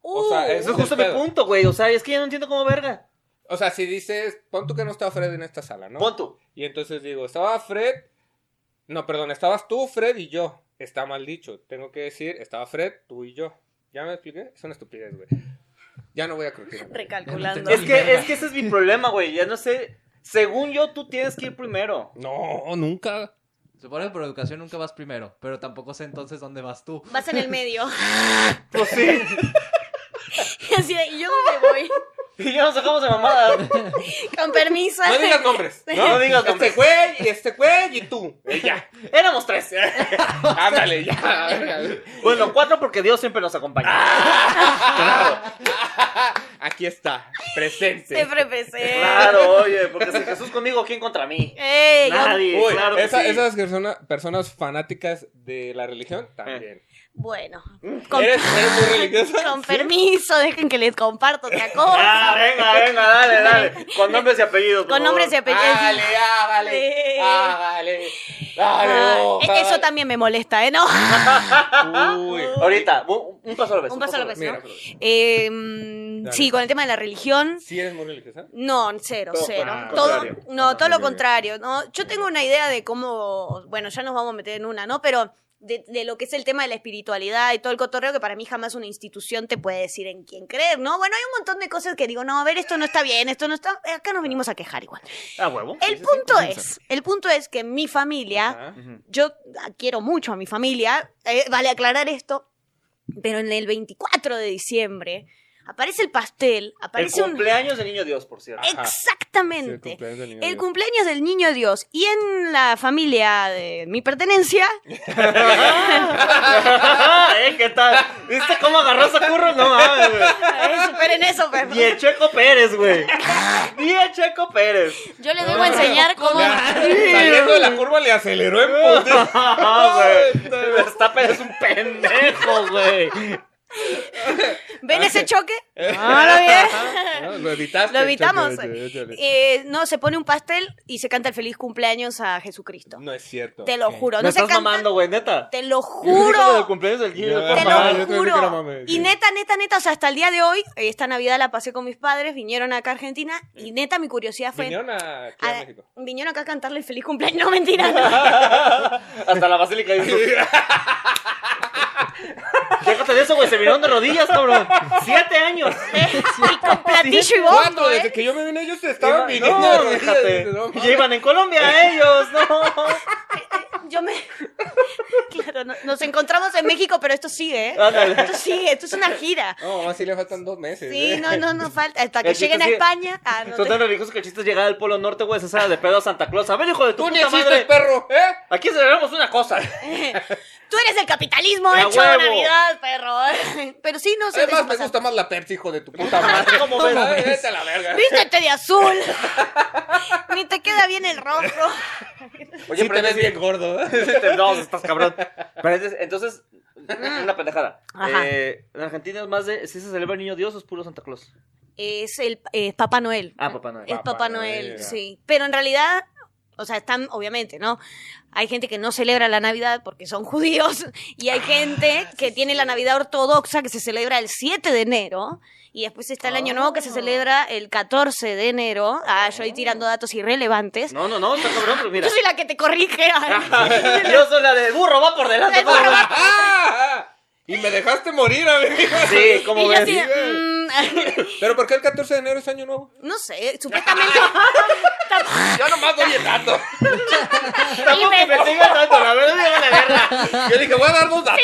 O sea,
Uh.
Eso es
Ese
justo
es el
mi
pedo.
punto, güey. O sea, es que ya no entiendo cómo verga.
O sea, si dices, pon tú que no estaba Fred en esta sala, ¿no?
Pon tú.
Y entonces digo, estaba Fred. No, perdón, estabas tú, Fred y yo. Está mal dicho. Tengo que decir, estaba Fred, tú y yo. ¿Ya me expliqué? Es una estupidez, güey. Ya no voy a crujir.
Recalculando.
Es que,
mierda.
es que ese es mi problema, güey. Ya no sé. Según yo, tú tienes que ir primero.
No, nunca.
Supone que por educación nunca vas primero, pero tampoco sé entonces dónde vas tú.
Vas en el medio.
Pues sí.
Y así de, ¿y yo dónde voy?
Y ya nos dejamos de mamada.
Con permiso. este,
No digas nombres.
No, no digas
Este
nombres.
güey, y este güey y tú. Eh, ya.
Éramos tres.
Ándale, ya.
Bueno, cuatro porque Dios siempre nos acompaña.
aquí está, presente.
Siempre
Eh.
empecé.
Claro, oye, porque si Jesús conmigo, ¿quién contra mí?
Ey, yo-
Nadie,
Uy,
claro que
esa-
sí.
esas persona- personas fanáticas de la religión también.
Bueno, con,
¿Eh? ¿Eres, eres muy religiosa?
con
Sí.
permiso, dejen que les comparto otra
Ah,
cosa.
venga, venga, dale, dale. Con nombres y apellidos. por
Con nombres y
favor.
apellidos.
Hágale,
ah,
hágale,
Sí.
hágale, dale,
Eh, Ah,
oh.
ojalá.
eso también me molesta, ¿eh? No.
Uy.
Ah, Ahorita, un, un paso a la vez.
Un paso a la vez,
Mira,
¿no?
pero-
Eh, mm,
Dale.
sí, con el tema de la religión.
¿Sí eres muy religiosa?
No, cero,
Todo
cero.
con-
todo,
contrario.
no, todo
Ah,
lo
ok, ok.
contrario. ¿no? Yo tengo una idea de cómo, bueno, ya nos vamos a meter en una, ¿no? Pero de, de lo que es el tema de la espiritualidad y todo el cotorreo, que para mí jamás una institución te puede decir en quién creer, ¿no? Bueno, hay un montón de cosas que digo, no, a ver, esto no está bien, esto no está... Acá nos venimos a quejar igual.
Ah, huevo.
El punto es, el punto es que mi familia,
Ajá.
Ujú.
yo ah, quiero mucho a mi familia, eh, vale aclarar esto, pero en el 24 de diciembre aparece el pastel,
El
aparece un...
cumpleaños del niño Dios, por cierto.
Ajá. Sí, el
Exactamente.
cumpleaños del niño
El
Dios.
cumpleaños del niño Dios. Y en la familia de mi pertenencia,
¿Eh? ¿Qué tal? ¿Viste cómo agarró ese curro? No mames, güey.
eh, superen eso, pues.
Ni el Checo Pérez, güey. Ni el Checo Pérez.
Yo les debo enseñar cómo.
Ya, Saliendo de la curva le aceleró en putiza.
Ah, güey. Verstappen es un pendejo, güey.
¿Ven ese choque? Ahora bien.
No, Lo evitaste.
Lo evitamos.
Chale, chale, chale.
Eh, no, se pone un pastel y se canta el feliz cumpleaños a Jesucristo.
No es cierto.
Te lo juro.
Me
No se
estás
canta.
mamando, güey, neta.
Te lo
Lo del
juro.
cumpleaños del niño.
Yo-
por favor.
Te lo
yo te dije que era
juro.
mame, sí.
Y neta, neta, neta, o sea, hasta el día de hoy, eh, esta Navidad la pasé con mis padres, vinieron acá a Argentina y neta mi curiosidad fue...
Vinieron a, aquí a
a-
México.
vinieron acá a cantarle el feliz cumpleaños, no mentira. no.
Hasta la basílica dijo. Déjate de eso, güey. Se vinieron de rodillas, cabrón. Siete años.
Y con platillo y
Cuatro,
bombo, ¿eh?
desde que yo me vine ellos se estaban viniendo. de
no,
rodillas.
déjate.
No, mames.
Y iban en Colombia ellos, no.
Yo me... Claro, no- nos encontramos en México, pero esto sigue, ¿eh?
Ándale.
Esto sigue, esto es una gira.
No, mamá, sí le faltan dos meses.
Sí,
¿eh?
no, no, no falta. Hasta que
El chiste
lleguen a
es que
España... Ah, no
Son
te-
tan religiosos que el chiste es llegar al Polo Norte, güey. Se sale de pedo a Santa Claus. A ver, hijo de tu
Tú ni
puta
existes,
madre.
perro, ¿eh?
Aquí celebramos una cosa.
Tú eres el capitalismo
¡A
hecho
huevo!
Navidad, perro. Pero sí, no sé.
Además, me gusta más la Pepsi, hijo de tu puta madre.
¿Cómo
No,
ves?
no, Vete a la verga.
Vístete de azul. Ni te queda bien el rostro.
Oye,
Sí, te ves bien gordo. ¿eh?
No, estás cabrón. Pero entonces, entonces, una pendejada.
Mm. Ajá.
Eh, en Argentina es más de. Si se celebra el niño Dios o es puro Santa Claus.
Es el eh, Papá Noel.
Ah, Papá Noel.
Es
Papá
Papá,
Noel,
Noel,
ya.
sí. Pero en realidad, o sea, están, obviamente, ¿no? Hay gente que no celebra la Navidad porque son judíos y hay gente que tiene la Navidad ortodoxa que se celebra el 7 de enero y después está el Año Nuevo que se celebra el 14 de enero. Ah, yo ahí tirando datos irrelevantes.
No, no, no, está cabrón, pero mira.
Yo soy la que te corrige.
Yo soy la de burro, va por delante.
El burro
¿cómo
va-
Ah, Y me dejaste morir, amigo.
ves? Sí, como
Y yo
ves.
así de, mm,
Pero ¿por qué el 14 de enero es año nuevo?
no sé, supuestamente...
Yo nomás voy dato.
Tampoco
Y me-
me sigas tanto, la verdad, me la guerra.
Yo dije, voy a dar dos datos.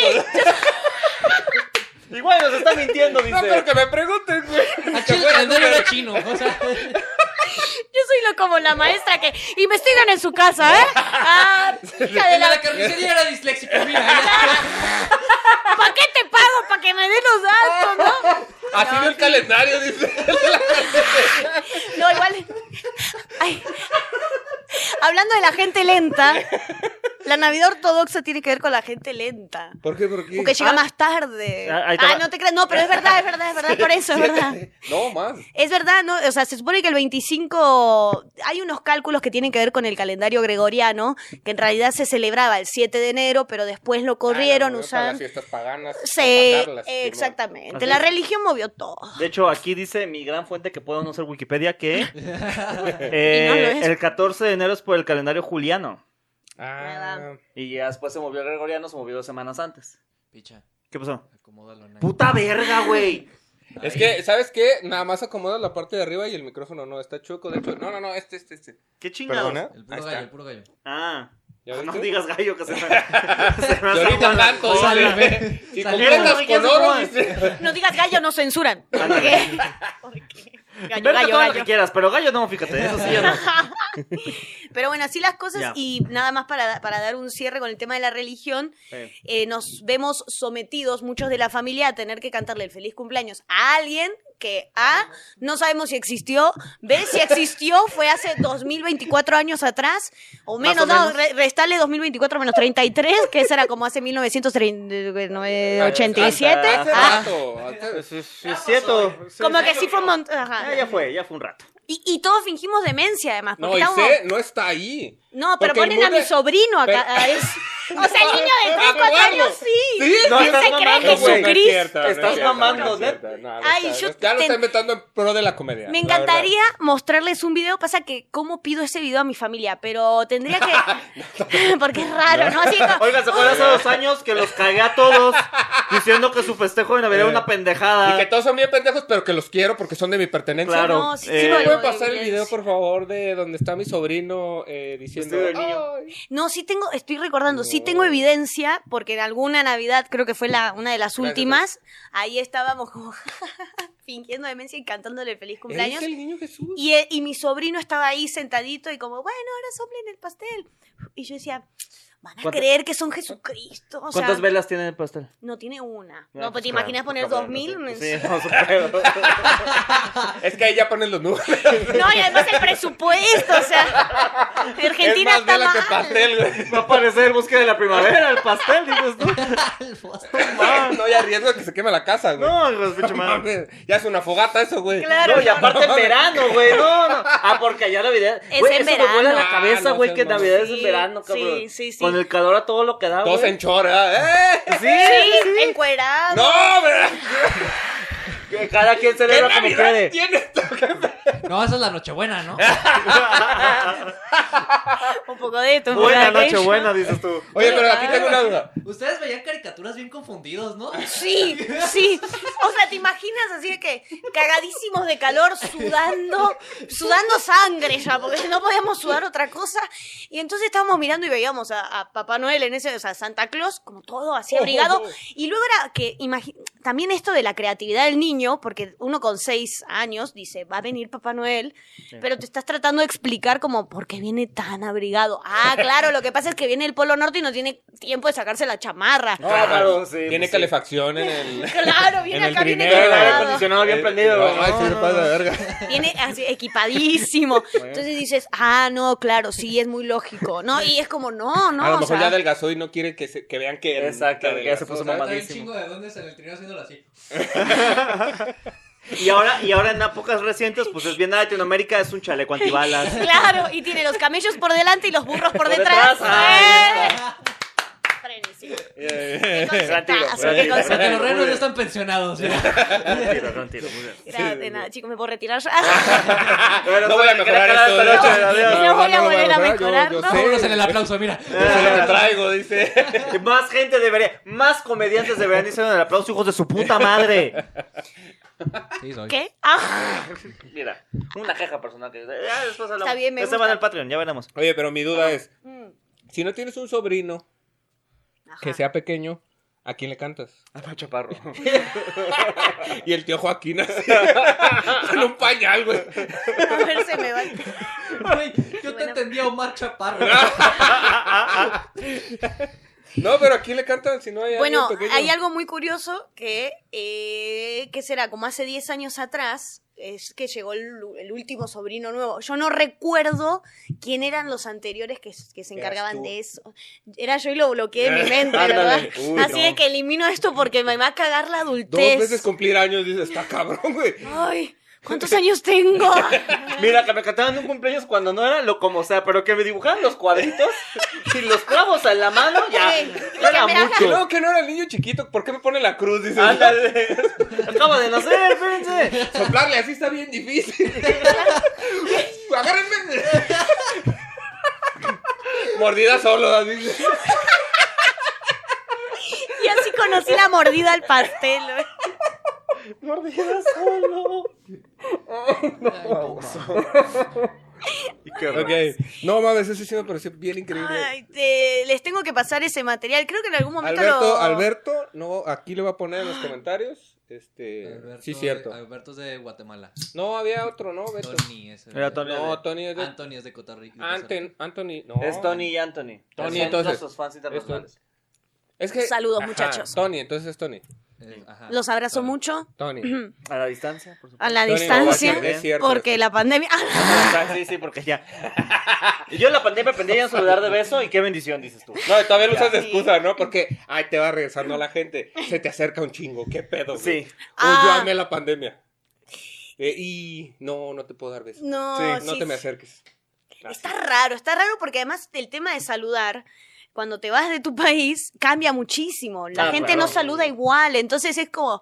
Igual nos está mintiendo, dice.
No, pero que me pregunten, güey.
Al
Que
chile el
fuera
calendario
número.
era chino. O sea,
Yo soy lo como la maestra que investigan en su casa, ¿eh? Ah, hija de
en
la...
la carnicería era disléxico, mira. ya.
¿Para qué te pago? ¿Para que me dé los datos, no?
Así veo el calendario, dice.
No, igual... Ay. Hablando de la gente lenta, la Navidad ortodoxa tiene que ver con la gente lenta.
¿Por qué? ¿Por qué?
Porque llega
Ah.
más tarde.
Ah, ahí
Ah,
te va.
no te creas. No, pero es verdad, es verdad, es verdad. Por eso, es verdad.
No, más.
Es verdad, ¿no? O sea, se supone que el 25 hay unos cálculos que tienen que ver con el calendario gregoriano, que en realidad se celebraba el 7 de enero, pero después
Ah,
lo corrieron
usaron Las
usando.
fiestas paganas.
Sí,
sacarlas, Simón.
exactamente.
Así
La
es.
religión movió todo.
De hecho, aquí dice mi gran fuente que puedo no ser Wikipedia que
Y
eh,
no lo es.
el 14 de enero es por el calendario juliano.
Ah,
Y ya después se movió el gregoriano, se movió dos semanas antes.
Picha,
¿Qué pasó?
acomódalo. Nike.
¡Puta verga, güey!
es que, ¿sabes qué? Nada más acomodas la parte de arriba y el micrófono no está chueco. De hecho, no, no, no, este, este, este.
¿Qué chingados?
Perdona.
El
Ahí
puro gallo, el
está.
puro gallo.
Ah.
¿Ya
Ah,
ves
No
tú?
digas gallo que se me... se me
Y
hace
ahorita
agua la
blanco,
cola.
dice. Si
Sale.
comieras
Sale.
con oro, dice.
No digas gallo, no censuran. ¿Por qué? ¿Por qué? Gallo,
Verte
gallo,
todo lo que
gallo.
quieras, pero gallo no, fíjate, eso sí ya no.
Pero bueno, así las cosas
Ya.
y nada más para, para dar un cierre con el tema de la religión.
Eh,
eh, nos vemos sometidos, muchos de la familia, a tener que cantarle el feliz cumpleaños a alguien que A, no sabemos si existió, B, si existió, fue hace 2024 años atrás, o
Más
menos,
o
no,
menos.
re- restale 2024 menos 33, que esa era como hace eh, 1987.
Ah,
Hace
Ah,
rato, hace-
Sí, sí, es cierto.
como que sí fue un montón.
Ya, ya fue, ya fue un rato.
Y, y todos fingimos demencia, además.
No,
porque
y
estábamos-
sé, no está ahí.
No, pero
Porque el
ponen a
mundo
mi
es-
sobrino acá.
Pero-
a ese. O sea, el niño de 3, 4
Eduardo.
años sí.
Sí,
No,
sí,
estás
se cree
mamando,
que
pues.
güey.
Jesucristo.
Estás mamando, ¿eh?
neta.
Ay, yo
ya lo
te-
está inventando en pro de la comedia.
Me
la verdad.
encantaría mostrarles un video. Pasa que, ¿cómo pido ese video a mi familia? Pero tendría que. Porque es raro, ¿no? Así como-
Oigan, ¿se acuerdan hace dos años que los cagué a todos diciendo que su festejo de Navidad era una pendejada?
Eh, Y que todos son bien pendejos, pero que los quiero porque son de mi pertenencia.
Claro.
No, sí, sí,
Eh,
me
¿Pueden
lo-
pasar el video, por favor, de donde está mi sobrino eh, diciendo...
Vestido de niño.
"Ay".
No, sí tengo, estoy recordando, sí
No.
tengo evidencia, porque en alguna Navidad, creo que fue la, una de las
Gracias,
últimas, ahí estábamos como fingiendo demencia y cantándole feliz cumpleaños.
Es el niño Jesús.
Y, e- y mi sobrino estaba ahí sentadito y como, bueno, ahora soplen el pastel. Y yo decía, van a
¿Cuántas-
creer que son Jesucristo. O sea,
¿Cuántas velas tiene el pastel?
no tiene una. No,
Ah,
pues te
claro,
imaginas poner
cabrón,
dos mil. pues.
no
un-
sé. Sí, no, supongo.
Es que ahí ya ponen los números.
No, y además el presupuesto, o sea, Argentina
es más
está
vela que
mal.
pastel, güey.
Va a aparecer el bosque de la primavera, el pastel, dices tú.
Ah, No, ya riesgo de que se queme la casa, güey.
No, hijo de su pinche madre.
Mames, ya es una fogata eso, güey.
Claro.
No, y aparte en verano, güey, no, no. Ah, porque allá Navidad.
Es
güey,
en
eso me
verano.
vuela la cabeza,
Ah, no
güey,
seas
que
mamón.
Navidad es en
Sí,
verano, cabrón.
sí, sí, sí.
Con el calor a todo lo que da,
Todos
güey.
en chora, ¿eh?
Sí,
Sí,
sí.
encuerado.
¡No, ¿verdad?
Que Cada quien
¿Qué
celebra como
Navidad
quiere.
tiene esto?
No, esa es la Nochebuena, ¿no?
Un poco de esto. un poco de
Buena
aquello.
noche, buena, dices tú.
Oye, pero aquí tengo una duda.
Ustedes veían caricaturas bien confundidos, ¿no?
Sí, sí. O sea, ¿te imaginas así de que cagadísimos de calor, sudando, sudando sangre ya, porque no podíamos sudar otra cosa? Y entonces estábamos mirando y veíamos a, a Papá Noel en ese, o sea, Santa Claus, como todo así
Oh,
abrigado.
oh, oh.
Y luego era que, imagi- también esto de la creatividad del niño, porque uno con seis años dice, va a venir Papá Noel, pero te estás tratando de explicar como, ¿por qué viene tan abrigado? Ah, claro, lo que pasa es que viene el Polo Norte y no tiene tiempo de sacarse la chamarra.
Ah, Claro, sí,
Tiene
pues sí.
calefacción en el.
Claro, viene
en
acá,
el
viene
El
trineo.
aire
Claro.
acondicionado bien
Eh,
prendido. Ah,
no, Ay,
No,
sí,
no,
me
no.
pasa de verga.
Viene así, equipadísimo. Entonces dices, ah, no, claro, sí, es muy lógico, ¿no? Y es como, no, no,
a lo
o
mejor
sea,
ya adelgazó y no quiere que, se- que vean que.
Exacto,
que
ya se puso
adelgazó, ¿sabes?
mamadísimo.
Trae un chingo de dónde en el trineo haciéndolo así.
Y ahora, y ahora en épocas recientes, pues es bien a Latinoamérica, es un chaleco antibalas.
Claro, y tiene los camellos por delante y los burros por
Por
detrás.
detrás, ahí
¡Eh! Frenesí.
Eh.
Qué
Tranquilo,
conceptazo, qué
tranquilo.
conceptazo.
Porque los
Muy
renos
bien.
ya están pensionados. ya.
Tranquilo, tranquilo, muy bien.
Nada, de nada, chicos, me puedo retirar ya.
Bueno,
No voy a
que la
mejorar
cara
esto.
hasta la noche, adiós.
No voy a
lo voy
volver a
mejorar,
mejorar,
Yo, yo
no.
sé,
Vámonos en el aplauso, mira.
yo sé
Ah.
lo que traigo, dice.
Más gente debería, más comediantes deberían irse en el aplauso, hijos de su puta madre.
Sí, soy.
¿Qué? Ah,
Mira, una queja personal que ya después hablamos.
Está bien, me
Esta
gusta.
va en el Patreon, ya veremos.
Oye, pero mi duda es:
mm,
si no tienes un sobrino
ajá.
que sea pequeño, ¿a quién le cantas?
A Chaparro.
Y el tío Joaquín así, con un pañal, güey.
A ver, se me va.
Güey, yo te
Bueno.
entendía Omar Chaparro.
No, pero ¿a quién le cantan si no hay
Bueno,
alguien pequeño?
hay algo muy curioso que, eh, que será como hace 10 años atrás, es que llegó el, el último sobrino nuevo. Yo no recuerdo quién eran los anteriores que, que se
Eras
encargaban
tú.
de eso. Era yo y lo bloqueé en mi mente, la ¿verdad?
Ándale. Uy,
Así
no.
de que elimino esto porque me va a cagar la
Dos
adultez.
veces cumplir años, dices, está cabrón, güey.
Ay, ¿cuántos años tengo?
Mira, que me cantaban un cumpleaños cuando no era lo como sea, pero que me dibujaban los cuadritos y los clavos en la mano, ya.
Sí, y
Era
que me hagan-
Que
mucho.
no, que no era el niño chiquito, ¿por qué me pone la cruz? Dices,
Ah, Ándale. Acabo de nacer, fíjense.
soplarle así está bien difícil. Agárrenme. Mordida solo, así.
Y así conocí la mordida al pastel.
Mordida solo. Y qué horror.
Ok, no mames, eso sí me pareció bien increíble.
Ay, te- les tengo que pasar ese material. Creo que en algún momento
Alberto,
lo...
Alberto, no, aquí le voy a poner en los comentarios. Este,
Alberto-
sí, cierto.
Alberto es de Guatemala.
No, había otro, ¿no? Beto.
Tony es. el-
Era Tony.
No, Tony es de.
Anthony es de Costa Rica.
Anten- Anthony, no.
Es Tony y Anthony.
Tony,
Son
entonces.
Nuestros fans internacionales.
Es que,
Saludos, muchachos.
Tony, entonces es Tony.
Es- ajá.
Los abrazo
Tony.
mucho
Tony.
A la distancia, por supuesto. ¿eh?
a la
Tony
distancia
Maguire, es cierto.
porque la pandemia.
Ah, sí, sí, porque ya. Y Yo en la pandemia aprendí a saludar de beso y qué bendición, dices tú.
No, y todavía lo usas de
Sí.
excusa, ¿no? Porque, ay, te va regresando a la gente. Se te acerca un chingo, qué pedo, güey.
Sí.
Oh, yo
Ah.
amé la pandemia. Eh, y no, no te puedo dar besos.
No,
Sí, no
sí,
te me
sí.
acerques. Así.
Está raro, está raro porque además el tema de saludar, cuando te vas de tu país, cambia muchísimo. La
Ah,
gente
claro.
no saluda igual, entonces es como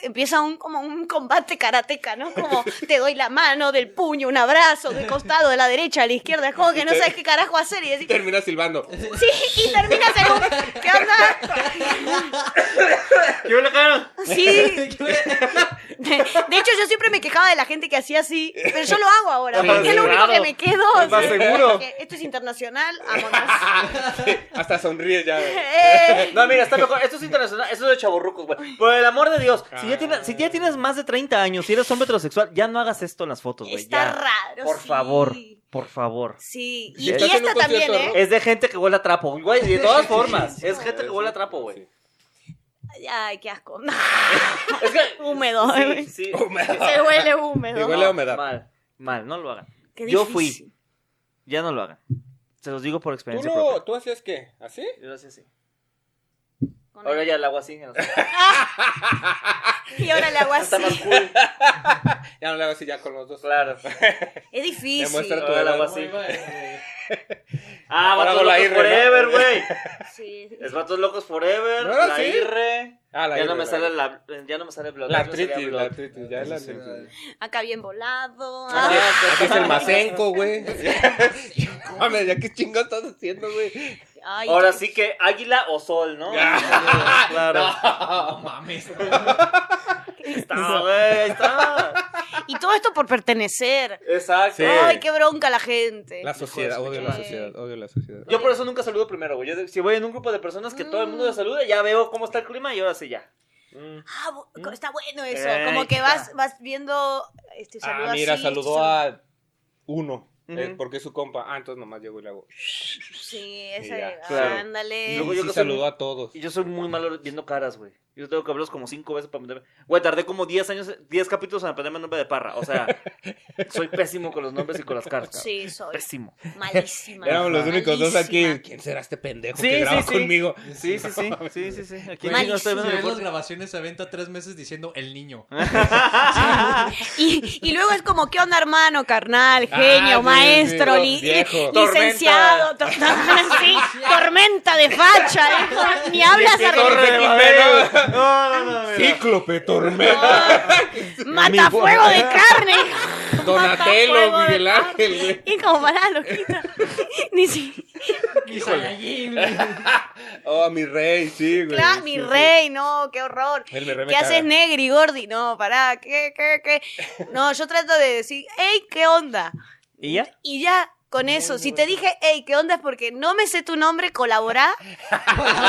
empieza un como un combate karateca, ¿no? Como te doy la mano, del puño, un abrazo, del costado, de la derecha, a la izquierda, es como que no sabes qué carajo hacer y decís,
Termina silbando.
sí, y terminas en un ¿qué onda?
Yo le cara.
Sí. De hecho, yo siempre me quejaba de la gente que hacía así, pero yo lo hago ahora,
Sí,
porque es lo
sí,
único que
claro.
me quedo.
Es más
sí.
seguro. Ah,
Porque Esto es internacional, vámonos.
Hasta sonríe ya. güey.
Eh,
No, mira, está mejor. Esto es internacional, esto es de chavorrucos, güey. Por el amor de Dios, si
Ah.
ya, tienes, si ya tienes más de 30 años, si eres hombre heterosexual, ya no hagas esto en las fotos, güey.
está
ya.
raro.
Por
sí.
favor, por favor.
Sí,
Si
y, y
estás en
esta
un
también,
concierto de
¿eh?
Es de gente que huele a trapo, güey, de todas formas. Es gente que
Sí,
huele a trapo, güey.
sí.
¿eh? Ay, qué asco.
Es que...
Húmedo, eh,
Sí,
güey.
sí.
Oh,
Se huele
Y
húmedo.
huele a humedad.
Mal, mal, no lo hagan.
Qué
Yo
difícil.
fui. Ya no lo hagan. Se los digo por
¿Tú,
experiencia
no,
propia.
¿Tú hacías qué? ¿Así?
Yo lo hacía así.
Con
Ahora
el-
ya el agua así. ya no sé.
Y ahora le hago así.
Está más cool.
Ya no le hago así ya con los dos.
Claro.
Es difícil.
Demuestra tu
Ahora el
edad.
agua
¿Cómo
así.
iba? Eh,
Ah, vatos
Ahora hago la
locos
irre, ¿no?
forever, güey.
Sí.
Es vatos locos forever.
¿No era
la
así?
irre.
Ah, la
ya
irre,
no me
la
sale
irre.
la, ya no me sale blog.
La
ya no sería
artritis, la
blog.
artritis. Ya es la
Sí,
artritis.
Acá bien volado.
Ah,
Ah,
Aquí es el
claro.
macenco, güey. Mames, ya qué chingo estás haciendo, güey.
ay,
Ahora sí que águila o sol, ¿no? claro.
Ah,
No mames.
Está, güey, ahí está.
Y todo esto por pertenecer.
Exacto.
Sí.
Ay, qué bronca la gente.
La sociedad, odio la
madre.
sociedad, odio la sociedad.
Yo por eso nunca saludo primero, güey. Yo de- si voy en un grupo de personas que todo el
Mm.
mundo le saluda, ya veo cómo está el clima y ahora sí ya.
Mm.
Ah, bu- co- está bueno eso.
Eh,
Como que
ya.
vas, vas viendo. Este, saludo
Ah, mira,
así,
saludó
este saludo-
a uno.
Ujú.
eh, porque es su compa. Ah, entonces nomás llego y le hago.
Sí, ese. ah,
Mira,
claro.
Ándale.
Y
Y
luego yo
sí
que soy-
saludó a todos.
Y yo soy muy malo viendo caras, güey. Yo tengo que verlos como cinco veces para aprenderme. Güey, tardé como 10 años, 10 capítulos en aprenderme el nombre de Parra. O sea, soy pésimo con los nombres y con las caras. cabrón.
Sí, soy
Pésimo.
malísima.
Éramos los únicos dos aquí.
malísima.
¿Quién será este pendejo
Sí,
que
sí,
graba
sí.
conmigo?
Sí, sí, sí. Sí, sí, sí. Aquí
Malísimo.
no estoy viendo
Si ves
el
las
deporte.
grabaciones, se aventa tres meses diciendo el niño.
Y, y luego es como, ¿qué onda, hermano, carnal, genio,
Ah, sí,
maestro,
sí,
li-
viejo.
licenciado, tor- sí, tormenta de facha? ¿eh? Ni hablas
torre
a
de
Pepe, No, no, no, mira.
Cíclope, tormenta.
Mata fuego de carne.
Donatello,
Matafuego de
Miguel
carne.
Ángel, güey.
Y como para loquita. Ni si-
Oh, mi rey, sí, güey.
Claro,
sí,
mi
sí.
rey, no, qué horror.
El mi rey me
¿Qué haces,
caga.
Negri, Gordi? No, pará, ¿qué, qué, qué? No, yo trato de decir, hey, ¿qué onda?
¿Y ya?
Y ya, con eso, si te dije, hey, ¿qué onda? Es porque no me sé tu nombre, colaborá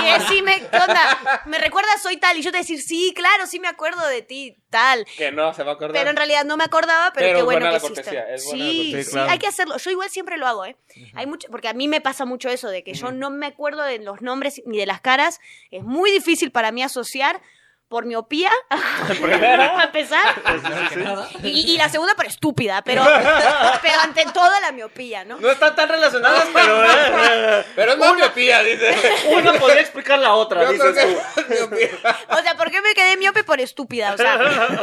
y decime, ¿qué onda? ¿Me recuerdas, soy tal? Y yo te decir, sí, claro, sí me acuerdo de ti, tal.
Que no se va a acordar.
Pero en realidad no me acordaba, pero,
Pero
qué
es
bueno
buena
que
la
exista.
cortesía, es buena la
sí,
cortesía.
sí,
Claro.
hay que hacerlo. Yo igual siempre lo hago, ¿eh? Hay mucho, porque a mí me pasa mucho eso, de que yo no me acuerdo de los nombres ni de las caras. Es muy difícil para mí asociar por miopía, para empezar.
Primero que nada.
Y, y la segunda por estúpida, pero, pero ante todo la miopía, ¿no?
No están tan relacionadas, pero eh,
Pero es más miopía, dice.
una podría explicar la otra,
Yo creo
dices
que
tú.
es más miopía.
O sea, ¿por qué me quedé miope por estúpida? O sea,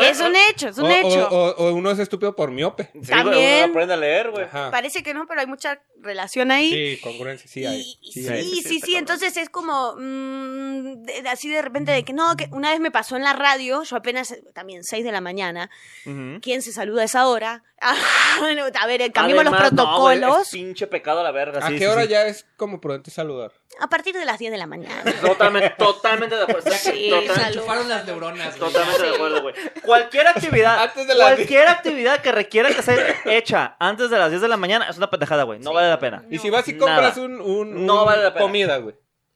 es un hecho, es un
O-
hecho.
O, o- o uno es estúpido por miope.
Sí, güey,
También.
uno aprende a leer, güey.
Ajá.
Parece que no, pero hay mucha relación ahí.
ah. Sí, congruencia, sí hay.
Y- y
sí
sí,
hay.
sí,
sí,
sí,
está cabrón.
entonces es como mm, de- de- así de repente de que no, que una vez me pasó en la radio, yo apenas eh, también 6 de la mañana,
Ujú.
¿quién se saluda a esa hora? Ah, a ver, eh, cambiemos los
Además, no, güey, es
protocolos
pinche pecado a la verga.
¿A
sí,
qué
sí,
hora
sí.
ya es como prudente saludar?
a partir de las 10 de la mañana.
Totalmente, totalmente de acuerdo.
Sí,
totalmente,
Se chuparon las neuronas. güey.
Totalmente de acuerdo, güey. Cualquier actividad,
Antes de las
cualquier actividad que requiera que sea hecha antes de las 10 de la mañana es una pendejada, güey. No vale la pena.
Y si vas y compras
Nada.
un, un-
No
un
vale la pena.
comida, güey.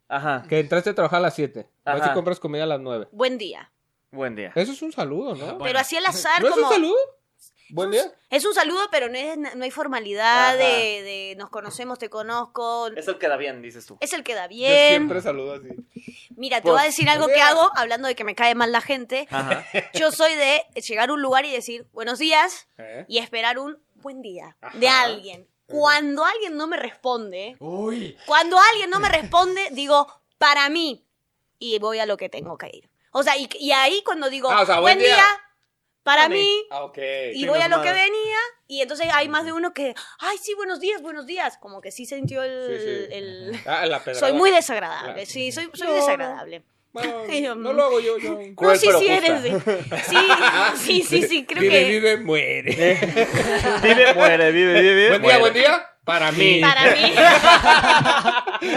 Ajá.
Que entraste a trabajar a las 7. Vas y
Ajá.
compras comida a las 9.
Buen día.
Buen día.
Eso es un saludo, ¿no?
Bueno.
Pero así al azar
¿No es
como
un saludo? Pues, Buen día.
Es un saludo, pero no, es, no hay formalidad
Ajá.
de, de nos conocemos, te conozco.
Es el que da bien, dices tú.
Es el que da
Yo
bien.
siempre saludo así.
Mira, te
Pues,
voy a decir algo que
mira.
hago, hablando de que me cae mal la gente.
Ajá.
Yo soy de llegar a un lugar y decir buenos días
¿Eh?
y esperar un buen día
Ajá.
de alguien. Cuando alguien no me responde,
Uy.
cuando alguien no me responde, digo, para mí, y voy a lo que tengo que ir. O sea, y, y ahí cuando digo,
Ah, o sea,
buen
buen
día,
día".
para
Vale.
mí,
Ah, ok.
y
sí,
voy a
nos
lo que
manda.
venía, y entonces hay más de uno que, ay, sí, buenos días, buenos días. Como que sí sintió el...
Sí, sí.
el-
Ah, la pedrada.
Soy muy desagradable,
Claro.
sí, soy, soy
No, no.
desagradable.
Bueno,
Ay, yo-
no lo hago yo, yo.
No,
Cruel,
sí,
pero
sí
justa.
eres. de- Sí, sí, sí, sí, creo
vive,
que
Vive, muere.
Vive, muere, vive, vive, vive.
buen día, buen día. Para mí.
para mí.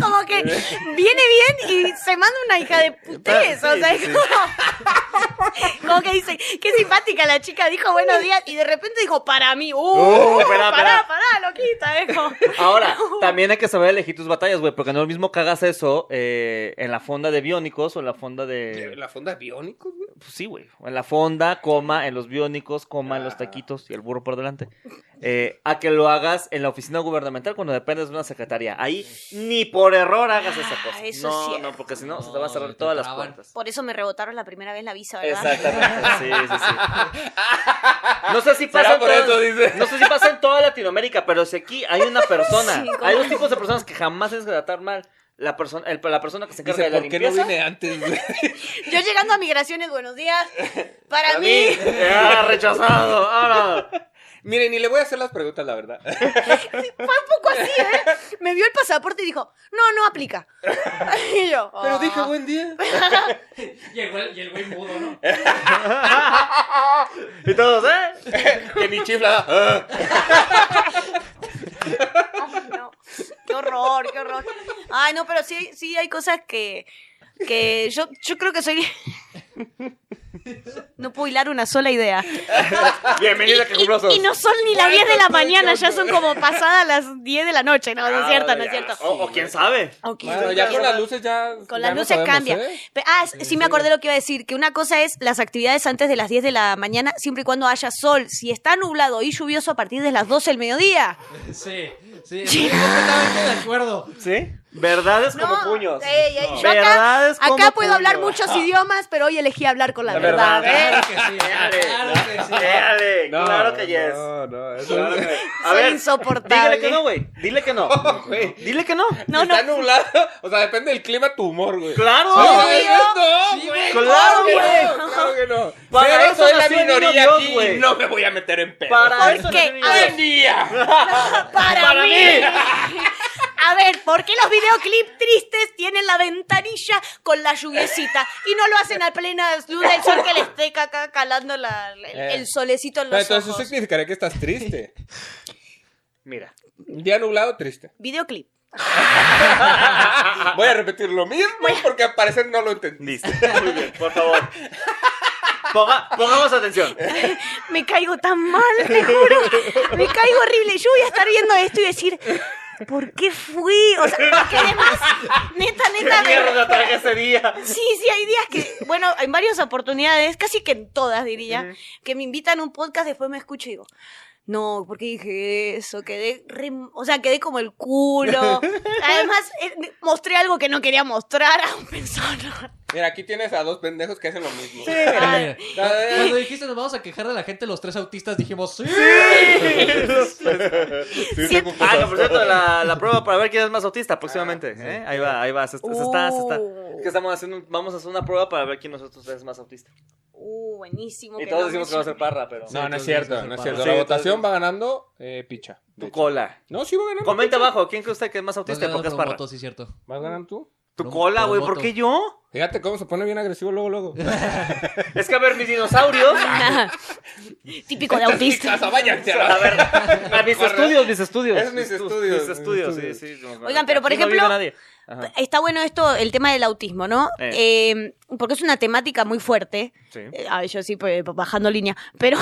Como que viene bien y se manda una hija de putés. O
Sí,
sea,
sí,
es como. Como que dice, qué simpática la chica, dijo buenos días y de repente dijo para mí. ¡Uh!
Uh, espera,
pará,
espera.
pará, loquita, es como-
Ahora, también hay que saber elegir tus batallas, güey, porque no es lo mismo que hagas eso eh, en la fonda de biónicos o en la fonda de...
La fonda de biónicos, güey.
pues sí, güey, en la fonda, coma, en los biónicos, coma, en
Ah.
los taquitos y el burro por delante. Eh, a que lo hagas en la oficina gubernamental cuando dependes de una secretaría. Ahí ni por error hagas esa
Ah,
cosa.
eso
no,
es cierto.
no, porque si no, se te
No,
van a cerrar
te
todas las
traban.
puertas.
Por eso me rebotaron la primera vez la visa, ¿verdad?
Exactamente, sí, sí, sí. No sé si pasa
¿Será
en
por
todas-
eso, dice?
No sé si pasa en toda Latinoamérica, pero si aquí hay una persona,
Sí, ¿cómo?
hay dos tipos de personas que jamás tienes que tratar mal. La persona, el- la persona que se encarga de
Dice,
la
¿por qué no
limpieza.
vine antes, güey?
Yo llegando a migraciones, buenos días. Para,
A
mí.
mí, ah, rechazado. ¡Ah, Ahora.
Miren, ni le voy a hacer las preguntas, la verdad.
Fue un poco así, ¿eh? Me vio el pasaporte y dijo, no, no aplica. Y yo,
Pero
"Ah".
dije, buen día.
Llegó el, y el güey mudo, ¿no?
Y todos, ¿eh?
que ni chifla. Ah.
Ay, no. Qué horror, qué horror. Ay, no, pero sí, sí hay cosas que, que yo, yo creo que soy... No puedo hilar una sola idea.
Bienvenido a que cumplas
Y no son ni las 10 de la mañana, ya son como pasadas las 10 de la noche. No, no es cierto, no es cierto.
O, o quién sabe.
Ok,
Ah, Bueno,
ok,
ya con
ok.
las luces ya.
Con
ya
las
no
luces
sabemos,
cambia.
¿eh?
Pe- Ah, s- sí me acordé lo que iba a decir, que una cosa es las actividades antes de las 10 de la mañana, siempre y cuando haya sol. Si está nublado y lluvioso a partir de las 12 del mediodía.
Sí, sí, estoy completamente de acuerdo.
¿Sí? Verdades como puños.
ey, ey, yo acá,
Verdades como
acá puedo hablar
puños. Ah.
muchos idiomas, pero hoy elegí hablar con la,
La
verdad.
verdad.
Claro
¿eh?
que sí,
Dale,
claro que sí.
dale,
No,
claro que yes.
No, no, eso
Claro
es-
que- A
Soy
ver,
insoportable.
dígale que no, güey. Dile que no.
güey.
Dile que no.
No,
Está
no.
nublado. O sea, depende del clima tu humor, güey.
Claro.
No, no,
Sí,
güey.
güey,
Claro que
obvio.
no, claro que no.
Para
Pero
eso
soy la
nació el niño
minoría
Dios,
aquí,
güey.
No me voy a meter en pedo.
Para
¿Por
eso
qué?
no
A
tiene niños.
ver,
¡Buen día!
Para,
Para
mí.
mí.
A ver, ¿por qué los videoclips tristes tienen la ventanilla con la lluviecita y no lo hacen a plena luz del sol que le esté ca- ca- calando la- el,
Eh.
el solecito en
No,
los
entonces eso
ojos?
significaría que estás triste.
Mira.
Un día nublado, triste.
Videoclip.
Voy a repetir lo mismo porque al parecer no lo entendí.
Listo. Muy bien, por favor. Ponga- pongamos atención.
Me caigo tan mal, te juro. Me caigo horrible. Yo voy a estar viendo esto y decir, ¿por qué fui? O sea, porque además, neta, neta, me-
Mierda, traje ese día.
Sí, sí, hay días que, bueno, en varias oportunidades, casi que en todas diría, que me invitan a un podcast, después me escucho y digo, no, ¿por qué dije eso? Quedé, re- o sea, quedé como el culo. Además, eh, mostré algo que no quería mostrar a un persona.
Mira, aquí tienes a dos pendejos que hacen lo mismo.
Ay,
Ay,
Cuando dijiste nos vamos a quejar de la gente, los tres autistas dijimos sí.
sí,
siento-
tengo
Ah,
cosas.
que por cierto, la, la prueba para ver quién es más autista próximamente.
Ah,
¿eh? Ahí va, ahí va. Se, se está, se está.
Uh.
Es que estamos haciendo, un- vamos a hacer una prueba para ver quién de nosotros es más autista.
Uh, buenísimo.
Y
que
todos
no
decimos
me
que va a ser
llamen.
parra, pero.
No, no es
Sí,
cierto,
entonces,
no es
para-
cierto.
Sí,
La
entonces-
votación va ganando eh, Picha. de
Tu
hecho.
cola.
No, sí va ganando.
Comenta abajo, ¿quién cree usted que es más autista?
Estás
Porque Este es
ganando
parra.
por voto, sí, cierto.
¿Vas ganando tú?
Tu
Por-
cola,
por
güey, ¿por
voto.
qué yo?
Fíjate cómo se pone bien agresivo luego, luego.
Es que a ver, mis dinosaurios. Ah,
Típico de autista.
Casa, váyanse a la-
A ver, a mis
Corre.
estudios, mis estudios.
Es mis
estu-
estudios,
Mis
mis
estudios, sí,
estudios.
sí.
Oigan, pero, por
Aquí no vive
ejemplo-
nadie. Ajá,
Está bueno esto, el tema del autismo, ¿no?
Eh.
Eh, porque es una temática muy fuerte.
sí.
Eh, Ay, yo sí, pues, bajando línea. Pero.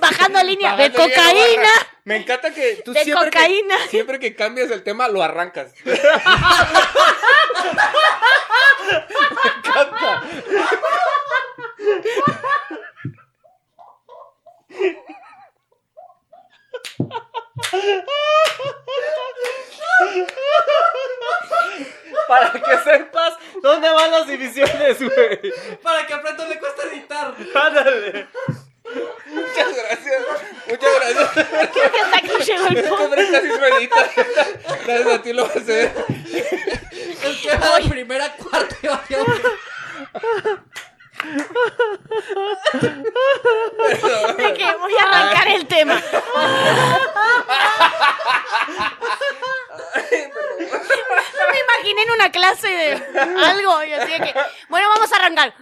bajando línea de
Pagando bien,
cocaína.
lo baja. Me encanta que tú
De
siempre
cocaína.
Que, siempre que cambias el tema lo arrancas. Me encanta.
para que sepas dónde van las divisiones, güey.
Para que aprendan le cuesta editar.
Ándale.
Muchas gracias. Muchas gracias.
Creo que hasta aquí llegó el
Tú
podcast.
prestas israelita. Gracias a ti lo vas a hacer.
El que era la primera cuarta y vaya.
Así que voy a arrancar el tema. Me imaginé en una clase de algo y así de que, bueno, vamos a arrancar.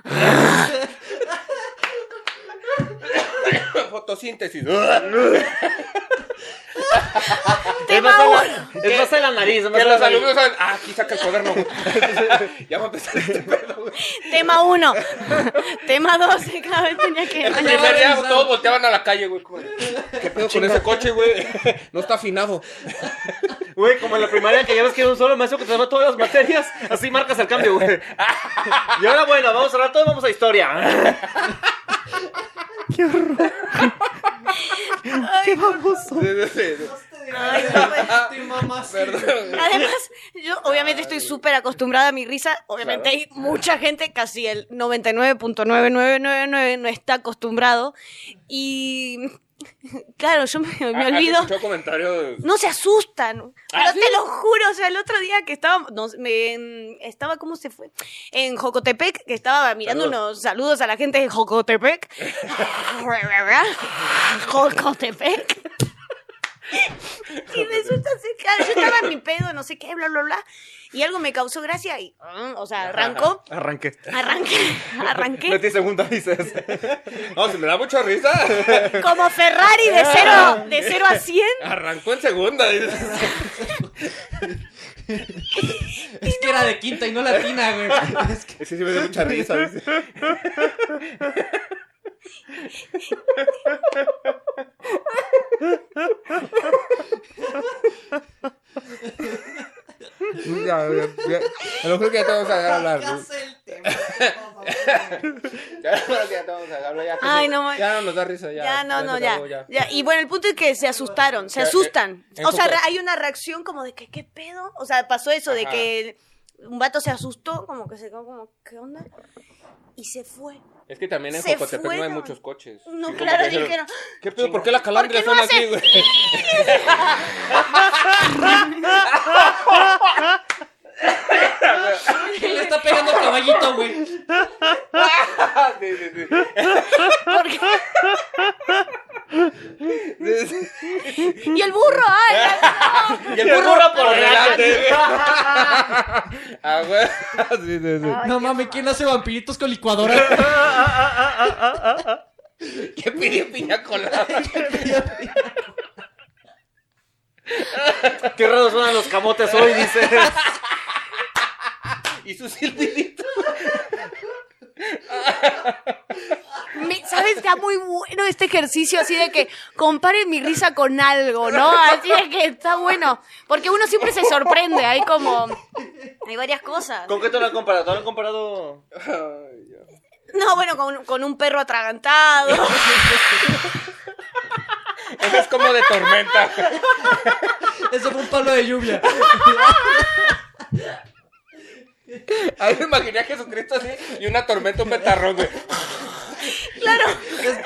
Fotosíntesis.
Es
Tema
más, en
uno.
la, es más en la nariz. es más
Que
en la
los
nariz.
alumnos saben, ah, aquí saca el cuaderno. ya va a empezar este pedo, güey.
Tema uno. Tema dos. y Cada vez tenía que.
El primer día todos volteaban a la calle, güey. como de, ¿Qué pedo con ese coche, güey? No está afinado.
Güey, como en la primaria que ya ves que es un solo maestro que te da todas las materias, así marcas el cambio, güey. Y ahora, bueno, vamos a hablar todo, vamos a historia.
Sí, sí, sí.
Ay, no, te mamás.
Perdón.
Además, yo obviamente estoy súper acostumbrada a mi risa. Obviamente
Claro.
hay mucha gente, casi el 99.9999 no está acostumbrado. Y claro, yo me, me
Ah, ¿has
olvido.
escuchado comentarios?
No se asustan. Pero
¿Ah, sí?
te lo juro, o sea, el otro día que estaba, no, me, en- estaba, ¿cómo se fue? En Jocotepec, que estaba mirando
Saludos.
unos saludos a la gente de Jocotepec. Jocotepec. Y resulta ser que claro, yo estaba en mi pedo, no sé qué, bla, bla, bla. Y algo me causó gracia y, mm, o sea, arrancó,
Arranqué.
arranqué, arranqué.
Metí segunda, dices.
No, si me da mucha risa.
Como Ferrari de cero, de cero a 100.
Arrancó en segunda. dices.
Es que era de quinta y no latina, güey. Es que
Es que sí me da mucha risa. dices. Ya, ya, ya. A lo mejor que ya te vamos a dejar hablar. güey.
Pasa el tema. por favor.
Ya, ahora sí, ya te vamos a hablar, ya, que
Ay,
sí.
no, ma-
Ya no nos da risa, ya.
Ya, no,
se
no,
acabó,
ya, ya. Y bueno, el punto es que se asustaron, se
Ya, eh,
asustan.
en
O sea,
Coco-
re- hay una reacción como de que, ¿qué pedo? O sea, pasó eso de
Ajá.
que un vato se asustó, como que se quedó como, ¿qué onda? Y se fue.
Es que también en
Se
Jocotepec no hay
fueron.
muchos coches.
No,
Y como
claro,
que dijeron,
dijeron,
¿Qué pedo? ¿Por qué las calandrias
¿Por qué no
son así,
hace-
güey?
Le está pegando el caballito, güey.
Sí, sí, sí.
¿Por qué?
Sí, sí.
Y el burro, ay, la- no.
Y el burro por delante. Ah, güey. Sí, sí, sí.
Ay,
No
qué
mames,
mamá.
¿quién hace vampiritos con licuadora?
¿Qué pidió piña colada?
Qué raros suenan los camotes hoy, dices.
Y su silbidito.
Me- ¿Sabes? Está muy bueno este ejercicio así de que comparen mi risa con algo, ¿no? Así de que está bueno. Porque uno siempre se sorprende, hay como... Hay varias cosas.
¿Con qué te lo han comparado? ¿Te lo han comparado?
Ay, Dios.
No, bueno, con, con un perro atragantado.
Eso es como de tormenta.
Ese fue un palo de lluvia.
Ahí me imaginé a Jesucristo así y una tormenta, un petarrón, güey.
Claro,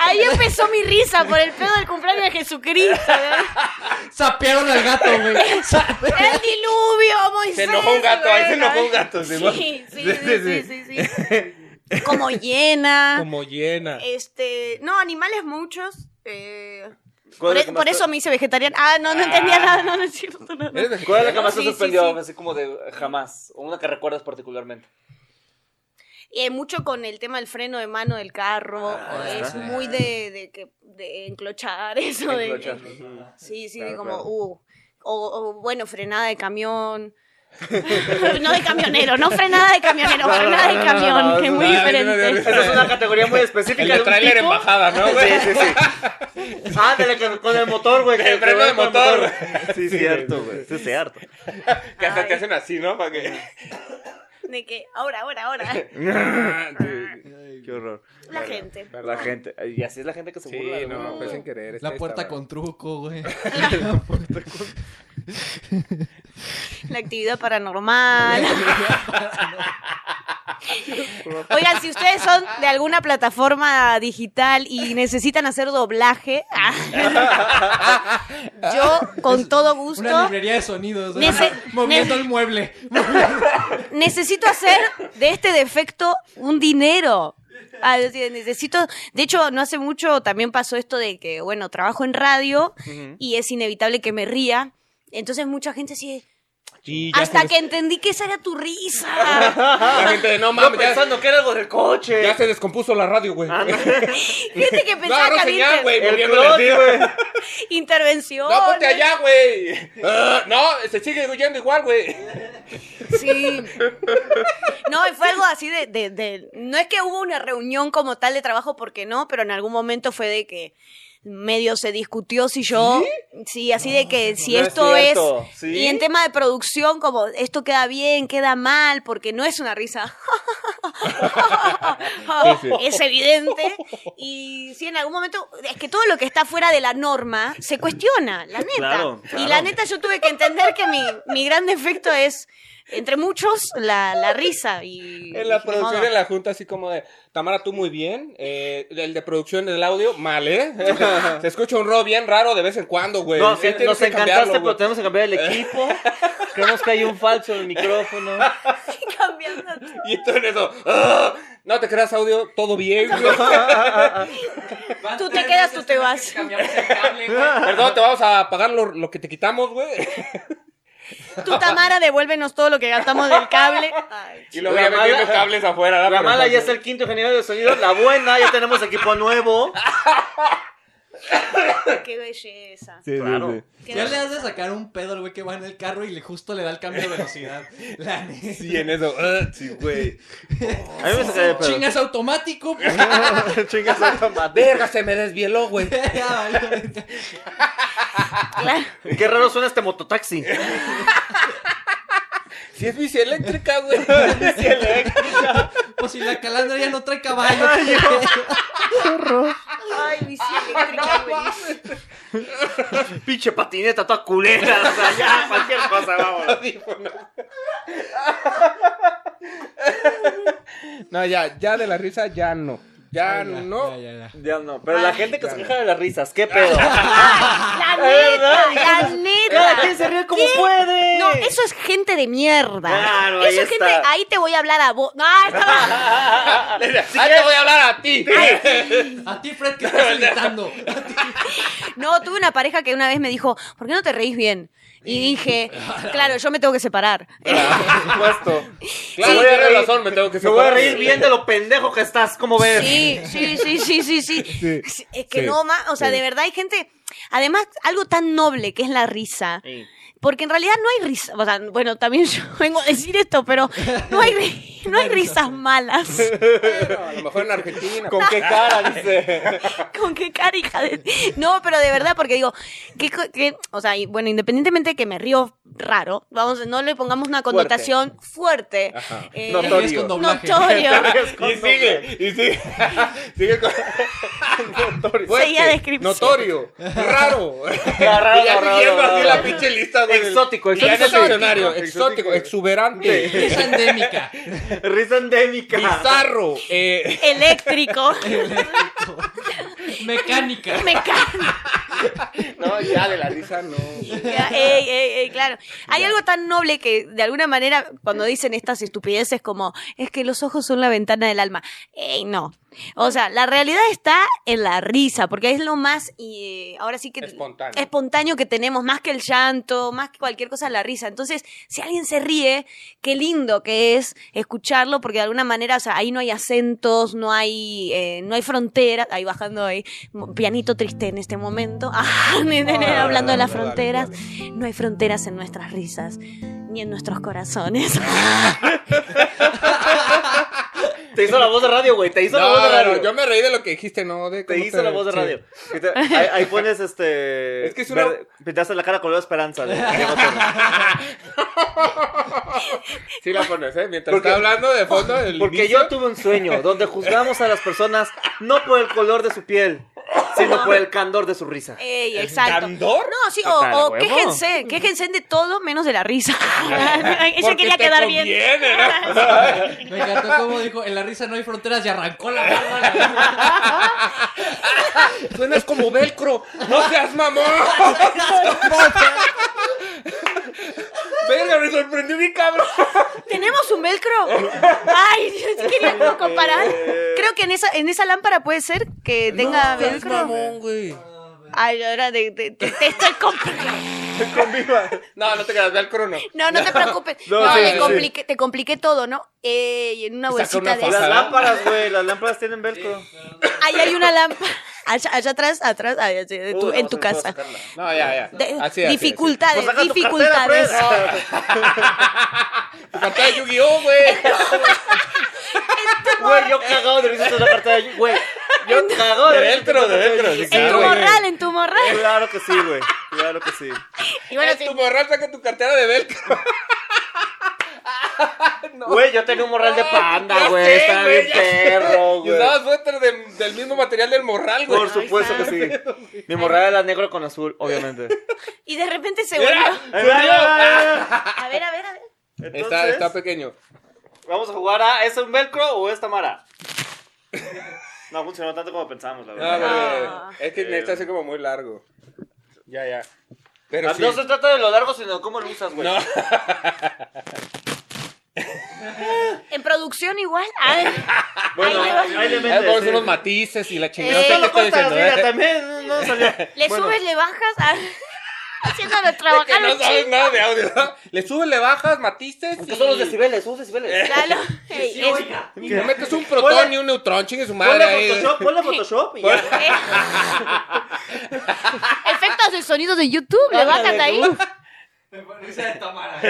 ahí empezó mi risa por el pedo del cumpleaños de Jesucristo. ¿eh?
Sapearon al gato, güey. Sape-
El diluvio, Moisés.
Se enojó un gato, ahí se
bueno.
enojó un gato.
Sí, sí, sí, sí, sí, sí. Como hiena.
Como llena.
Este, no, animales muchos. eh,
¿Cuál es
por, e-
la que
por
más
eso me hice vegetariana. Ah, no, no entendía nada, no, no es cierto. no, no.
¿Eres
te- ¿Cuál es la que
mexicano?
más te
Sí, sí,
sorprendió?
sí.
Así como de eh, jamás. O una que recuerdas particularmente.
Eh, mucho con el tema del freno de mano del carro.
Ah,
es
sí.
muy de, de, que- de enclochar eso. de-
Enclochar.
Sí, sí,
Claro,
como,
claro.
uh, o, o, bueno, frenada de camión. no de camionero, no frenada de camionero, frenada de camión,
no,
que es
no,
muy
no, no, no, no,
diferente.
no,
Esa es una categoría muy específica.
El
de
de
un
trailer
tipo.
embajada, ¿no, güey?
Sí, sí, sí. Ándale, que- con el motor, güey. que-
El freno
que-
de
con el
motor.
Sí,
Sí,
cierto,
güey.
güey. Sí, cierto.
Que hasta
Ay.
te hacen así, ¿no? Para que...
De que, ahora, ahora, ahora,
Qué horror.
la gente.
La gente. Y así es la gente que se burla.
Sí,
de
no,
uno,
fue
güey.
sin querer.
La
este
puerta
estaba-
con truco, güey.
la actividad paranormal. Ah, Oigan, si ustedes son de alguna plataforma digital y necesitan hacer doblaje, yo con todo
Una
gusto
librería de sonidos.
Nece-
¿verdad? moviendo el mueble.
necesito hacer de este defecto un dinero. Ah, es decir, necesito, de hecho, no hace mucho también pasó esto de que, bueno, trabajo en radio y es inevitable que me ría. Entonces mucha gente sigue, hasta que entendí que esa era tu risa.
La gente de no
Yo
mames, ya,
pensando que era algo del coche.
ya se descompuso la radio,
Ah,
güey.
Gente que
No
pensaba
agarró
que había
señal,
inter-
güey.
el
volviendo a
clon,
decir.
güey.
intervención.
No, ponte allá, güey. Ah, no, se sigue huyendo igual, güey.
Sí. No, y fue algo así de, de- de- No es que hubo una reunión como tal de trabajo, porque no, pero en algún momento fue de que medio se discutió si yo. Sí, así de que si
no es
esto es.
cierto, ¿sí?
Y en tema de producción, como esto queda bien, queda mal, porque no es una risa.
Sí, sí.
Es evidente. Y si en algún momento. Es que todo lo que está fuera de la norma se cuestiona, la neta.
Claro,
Y la
claro.
neta, yo tuve que entender que mi, mi gran defecto es, entre muchos, la, la risa. Y,
En la
y
producción
modo.
de la junta, así como de Tamara, tú muy bien. eh, el de producción del audio, mal, ¿eh? Se escucha un ro bien raro de vez en cuando, güey.
No,
Sí,
eh,
tienes
nos
que
encantaste,
cambiarlo,
pero
güey.
tenemos que cambiar el equipo. Creemos que hay un falso en el micrófono. Ah,
Cambiando todo.
Y tú en eso, ¡ah! no te creas audio, todo bien, güey.
Van
Tú te
tres
quedas,
veces
tú te
que
vas.
cambiamos el cable, güey.
Perdón, te vamos a pagar lo, lo que te quitamos, güey.
Tú, Tamara, devuélvenos todo lo que gastamos del cable. Ay,
Y luego
La
ya
mala-
vendiendo cables afuera. ¿verdad?
La
Pero
mala ya es
entonces-
el quinto ingeniero de sonido. La buena, ya tenemos equipo nuevo.
qué belleza.
Claro.
Qué
Ya le
belleza.
has de sacar un pedo al güey que va en el carro y le justo le da el cambio de velocidad. La neta.
Sí, en eso. ¡ah! sí, güey.
A mí me saca de pedo.
Chingas automático. pues.
Chingas automático.
Verga, se me desvieló, güey.
Ya, vale.
Claro.
Qué raro suena este mototaxi.
Si es bici eléctrica, güey.
Pues si la calandra ya no trae caballo.
Ay, bici eléctrica, feliz.
Pinche patineta toda culera. O sea, ya, cualquier cosa, vamos.
No, ya, ya de la risa, ya no. Ya, Ah, no.
Ya, ya, ya.
Ya no. Pero la gente que se queja de las risas, qué pedo.
Ay, La neta, la
Cada
neta.
quien se ríe como puede.
No, eso es gente de mierda.
Claro,
eso
ahí
es gente.
está.
Ahí te voy a hablar a vos. No, no.
Ahí te voy a hablar a ti.
A ti, Fred, que estás gritando. A ti.
No, tuve una pareja que una vez me dijo, ¿por qué no te reís bien? Y dije, claro, yo me tengo que separar.
supuesto.
Claro,
Me voy a
tienes
reír-
razón, me tengo que
Me voy a
separar.
reír bien de lo pendejo que estás, ¿cómo ves?
Sí, sí, sí, sí, sí, sí. Sí, Es que
sí,
no, ma, o sea,
sí.
de verdad hay gente, además, algo tan noble que es la risa.
Sí.
Porque en realidad no hay risa, o sea, bueno, también yo vengo a decir esto, pero no hay, ri- no hay risas malas.
A lo mejor en Argentina.
¿Con qué cara, dice?
¿Con qué cara, hija de.? No, pero de verdad, porque digo, que, que- o sea, y bueno, independientemente de que me río raro, vamos, no le pongamos una connotación fuerte. eh,
Notorio.
Ríes con doblaje.
notorio.
Y sigue, y sigue. sigue con... notorio.
Seguía descripción.
Notorio. Raro.
raro,
Y ya
raro,
siguiendo
raro,
así
raro.
la pinche lista, güey.
Exótico,
Ya en el
exótico.
diccionario. Exótico, exuberante.
Es endémica.
Risa endémica.
Bizarro. Eh,
Eléctrico.
Mecánica.
me encanta.
no, ya de la risa no.
Ey, ey, ey, claro. Hay algo tan noble que, de alguna manera, cuando dicen estas estupideces como, es que los ojos son la ventana del alma. Ey, no. O sea, la realidad está en la risa, porque es lo más, y, eh, ahora sí que...
Espontáneo.
espontáneo que tenemos, más que el llanto, más que cualquier cosa, la risa. Entonces, si alguien se ríe, qué lindo que es escucharlo, porque de alguna manera, o sea, ahí no hay acentos, no hay, eh, no hay fronteras. Ahí bajando ahí, mo- pianito triste en este momento, Ah, hablando de las
dale,
fronteras. No hay fronteras en nuestras risas, ni en nuestros corazones.
Te hizo la voz de radio, güey. Te hizo la
No,
voz de
no,
radio.
no, yo me reí de lo que dijiste, no, de
Te
cómo
hizo la voz de
sí.
radio. Y te- Ahí, ahí pones este.
Es que es una-
verde- Pintaste la cara color esperanza. de- de botón.
Sí la pones, ¿eh? Mientras
Porque-
está hablando de fondo del
Porque
inicio.
yo tuve un sueño donde juzgamos a las personas no por el color de su piel, sino por el candor de su risa.
Ey,
¿El
exacto.
candor?
No, sí,
Total,
o, o
huevo.
quéjense, quéjense de todo menos de la risa. Ella
Porque
quería
te
quedar bien.
conviene, ¿no?
Me encantó como dijo, en la risa no hay fronteras y arrancó la barba.
Suenas como velcro. ¡No seas mamón! Venga, me sorprendí mi cabrón.
¿Tenemos un velcro? Ay, Dios, sí quería como comparar. Creo que en esa, en esa lámpara puede ser que tenga velcro.
güey.
Ay, ahora de- de- te, te estoy complicando.
No, no te quedas, velcro no.
No, no te preocupes. No,
No, sí,
te,
sí.
compliqué, te compliqué todo, ¿no? Ey, en una
Saca una
bolsita de
foto.
Las
esas.
lámparas, güey, las lámparas tienen velcro.
Ahí hay una lámpara. Allá, allá atrás, atrás, allá, sí, de tu-
Uy,
en
no,
tu
se me puede
casa.
sacarla.
No, ya, ya.
De-
Así, así,
dificultades,
Pues saca tu
dificultades.
cartera, pues.
así. Falta de Yu-Gi-Oh, güey.
Güey, yo cagado de risa en la cartera. de- Güey, yo cagado de
De
risa.
velcro, de velcro, sí,
en tu
Claro, güey.
morral, en tu morral.
Claro que sí, güey. Claro que sí.
Y bueno, sí.
tu morral saca tu cartera de velcro.
Güey, yo tenía un morral de panda,
Ya
güey.
sé,
Estaba
güey,
bien
ya sé.
perro,
Y
güey.
usabas suéter de- del mismo material del morral, güey.
Por supuesto que sí. Mi morral era negro con azul, obviamente.
Y de repente se
Mira,
volvió.
Ahí va, ahí va, ahí va.
A ver, a ver, a ver.
Ah. Está,
Entonces,
está pequeño.
vamos a jugar a ¿es un velcro o es Tamara? No funcionó tanto como pensábamos, la
No,
verdad.
Ah.
güey, Es que necesita ser como muy largo. Ya, ya. Pero
Ah,
sí.
No se trata de lo largo, sino de cómo lo usas, güey.
No.
En producción igual. A ver.
Bueno,
Ahí le va.
ahí le
Ahí
metes.
pones
sí.
unos matices y la chingada.
Eh,
No sé
Usted
qué
lo
estoy
cortas,
diciendo,
mira,
¿eh?
también no salió.
Le
Bueno,
subes, le bajas. A... Haciéndolo
Es
trabajar.
que no
un
sabes
chingo.
nada de audio. ¿no? Le subes, le bajas, matices.
¿Qué son los
Y...
decibeles? Son los
Eh,
decibeles.
Claro. Ey, es-
y le metes un protón y un neutrón, chingue su madre. ahí.
Ponle Photoshop, ponle Photoshop y ya.
Eh. Efectos de sonido de YouTube, le bajan de ahí.
Risa de Tamara.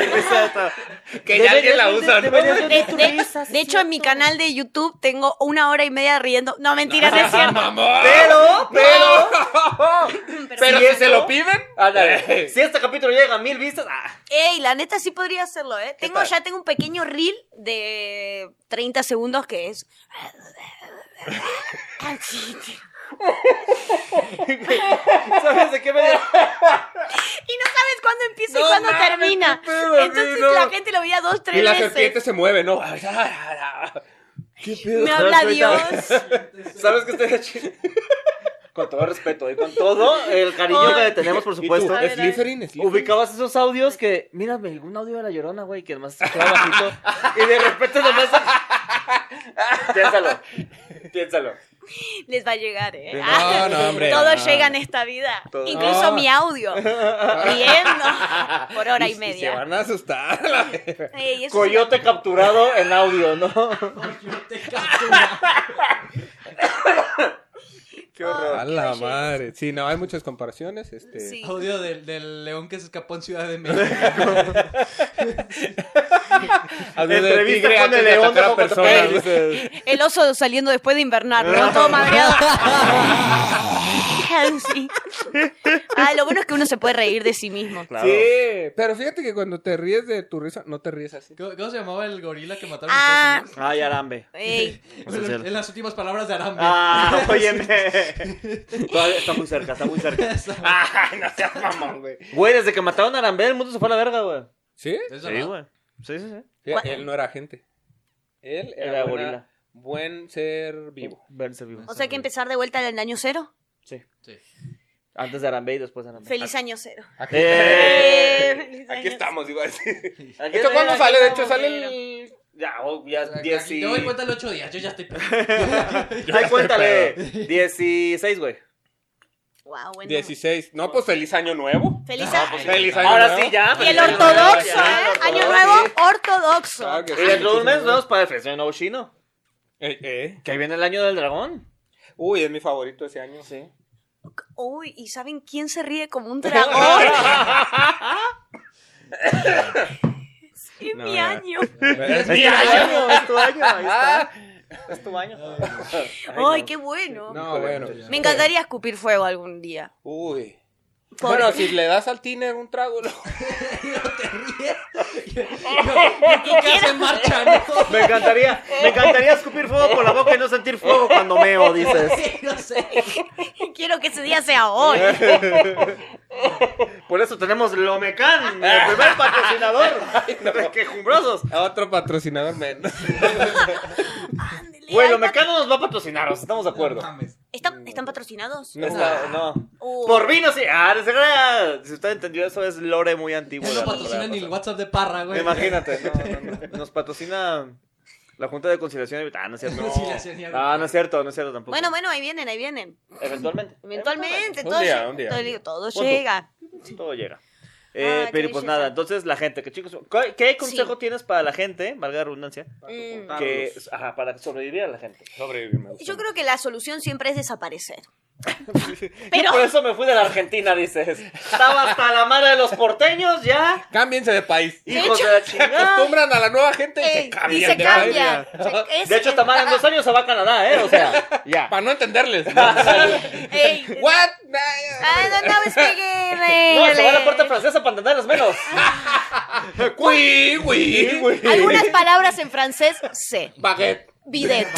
Que ya alguien la usa, ¿no?
De, de- de hecho, en mi canal de YouTube tengo una hora y media riendo. No, mentiras, es
Ah,
cierto.
mamón.
Pero, pero,
Pero si se lo piden, eh,
ándale,
ándale.
si este capítulo llega a mil vistas, ah,
Ey, la neta sí podría hacerlo, ¿eh? Tengo,
tal?
ya tengo un pequeño reel de 30 segundos que es.
¿sabes de qué me
Y no sabes cuándo empieza y
No
cuándo
mames,
termina.
qué pedo, sí,
Entonces
no.
la gente lo veía dos, tres
Y la serpiente
veces.
se mueve, ¿no? ¿Qué pedo?
Me habla
Ahorita-
Dios.
¿Sabes qué estoy chido? Con todo respeto y con todo el cariño que le tenemos, por
¿Y
supuesto.
tú?
A ver, a ver.
Slytherin, Slytherin.
Ubicabas esos audios que, mírame, algún audio de la llorona, güey, que nomás escuchaba bajito. Y de repente nomás. Piénsalo. Piénsalo.
Les va a llegar, ¿eh?
No,
Ah,
no, hombre,
Todos
no.
llegan en esta vida.
Todo.
Incluso
No.
mi audio. Riendo. Por hora y
Se
media.
van a asustar. la verga.
Ey, eso es
Coyote capturado en audio, ¿no? Qué horror.
A la madre. Sí, no, hay muchas comparaciones. Este...
Sí.
Audio del, del león que se escapó en Ciudad de México.
Audio de
Entrevista
tigre
con
antes
el
de
león
atacar
de
a personas,
Popocatépetl,
güey.
El oso saliendo después de invernar, ¿no? Todo madreado. Sí. Ah, lo bueno es que uno se puede reír de sí mismo.
Sí, pero fíjate que cuando te ríes de tu risa, no te ríes así.
¿Cómo, cómo se llamaba el gorila que mataron? en
Ah,
Estados
Ay, Arambe.
ey.
Unidos? En, en las últimas palabras de Arambe.
Ah, óyeme. Todavía está muy cerca, está muy cerca.
Ay, no seas mamón, güey.
Güey, desde que mataron a Arambe, el mundo se fue a la verga, güey.
¿Sí?
Es
Sí,
verdad.
güey. Sí, sí, sí.
Sí,
Gua-
Él no era agente. Él era,
Era
buena-
gorila.
buen ser vivo.
Verse vivo.
O sea que empezar de vuelta en el año cero.
Sí.
Sí.
Antes de Arambe y después de Arambe.
Feliz año cero.
Aquí,
Eh,
feliz
aquí
año
estamos, iba a decir.
Aquí
¿Esto
estoy,
cuándo
aquí
sale? De
estamos.
hecho, sale el...
Ya, oh, ya,
Aquí-
dieci-
Te doy cuenta el 8 días, yo ya estoy.
Ay, cuéntale. 16, güey.
cero. Guau, bueno.
16. No, pues feliz año nuevo.
Feliz
Ah,
año.
pues Feliz año
Ahora
nuevo.
sí, ya.
Y el
Ya,
ortodoxo,
ya,
¿eh?
el
Año
ortodoxo.
nuevo ortodoxo.
Claro que
Y dentro de un mes
muchísimas
nos vemos para el Festival Nuevo Chino.
gracias. Eh, eh.
Que ahí viene el año del dragón.
Uy, es mi favorito ese año.
Sí.
Uy, ¿y saben quién se ríe como un dragón? Es
No,
mi
ya.
año.
Es mi
año, es tu año. Ahí está. Ah, Es tu año.
Ay, qué bueno.
No, bueno.
Me encantaría escupir fuego algún día.
Uy.
Pobre.
Bueno, si le das al tiner un trago, lo-
Yo te ríes. ¿Qué hace marcha, no?
Me encantaría, me encantaría escupir fuego por la boca y no sentir fuego cuando meo, dices.
No sé.
Quiero que ese día sea hoy.
Por eso tenemos Lomecan, el primer patrocinador. de Quejumbrosos.
A otro patrocinador menos.
Ándele,
Güey,
ay,
Lomecan no nos va a patrocinar, o sea, estamos de
No
acuerdo.
mames.
¿Están, ¿Están patrocinados?
No.
Está- no.
Uh,
Por vino sí. Ah, no se crea. Si usted entendió eso, es lore muy antiguo.
Ya
de
no
la
patrocina
temporada
ni el
pasada.
WhatsApp de Parra, güey.
Imagínate. no, no, no. Nos patrocina la Junta de Conciliación. y- Ah, no es cierto.
Conciliación y
No, Ah, no es cierto, no es cierto tampoco.
bueno, bueno, ahí vienen, ahí vienen.
Eventualmente.
Eventualmente,
Un
todo,
día,
lle-
un día.
todo lle- todo
Punto.
llega.
Todo llega. Eh,
Ay,
pero
Ah, qué
pues
belleza.
nada, entonces la gente, que chicos, ¿qué, qué consejo
Sí.
tienes para la gente, valga la redundancia,
Mm.
que, ajá, para sobrevivir a la gente?
Sobrevivir, me gusta.
Yo creo que la solución siempre es desaparecer.
Yo
Pero-
por eso me fui de la Argentina, dices. Estaba hasta la madre de los porteños ya.
Cámbiense de país.
Hijos de la
Se
chingada.
acostumbran a la nueva gente y
Ah. Ey,
se cambian.
y se
de
cambia. Se- es-
De hecho, esta madre en dos años se va a Canadá, ¿eh? O sea, ya.
país. Para no entenderles.
Ey, Ah,
What?
I don't know speaking English.
No, se va a la puerta francesa para entenderlos menos.
Güey, güey, güey.
Algunas palabras en francés sé.
Baguette.
Bidet.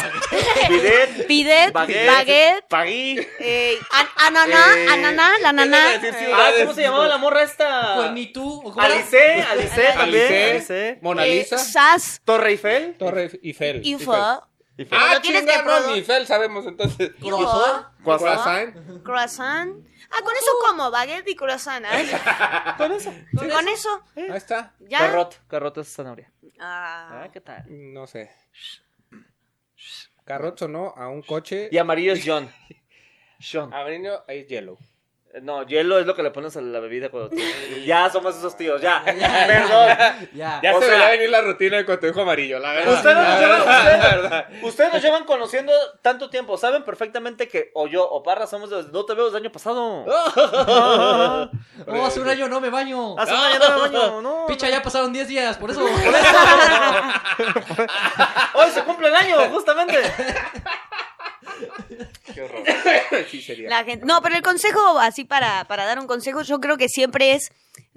Bidet,
Bidet,
baguette,
baguette,
París.
eh, an- ananá,
Eh,
ananá, la
iba a
naná.
decir
eh,
ciudad.
Ah, ¿cómo se llamaba la morra
Pues
esta?
Cuernitú, ¿o cómo era?
Alice, Alice también.
Alice,
Alice.
Mona
eh,
Lisa,
Sas,
Torre Eiffel.
Torre Eiffel.
Info,
Eiffel. Ah,
¿Lo quieres
chinga,
que
no,
produ-
ni Eiffel sabemos entonces.
Info,
Croissant.
Croissant.
Croissant. Ah, con eso como, baguette y croissant. ¿eh?
¿Con eso?
Con eso,
Ahí está.
ya.
Carrot, carrot es zanahoria.
Ah,
¿qué tal?
No sé. Carrot sonó a un coche.
Y amarillo es John. John.
Amarillo es yellow.
No, hielo es lo que le pones a la bebida cuando te- Ya somos esos tíos, ya. Perdón.
Ya.
Ya
O
se
sea-
veía venir la rutina de cuando dijo amarillo, la verdad.
Ustedes
La
nos, llevan,
verdad, la verdad.
ustedes- ustedes nos llevan conociendo tanto tiempo. Saben perfectamente que o yo o Parra somos de los No Te Veo del año pasado.
Oh, hace un año no me baño.
Hace un año, no, año, no.
Picha, ya pasaron 10 días, por eso.
Hoy se cumple el año, justamente.
Qué horror. Sí, sería.
La gente- no, pero el consejo, así para, para dar un consejo, yo creo que siempre es,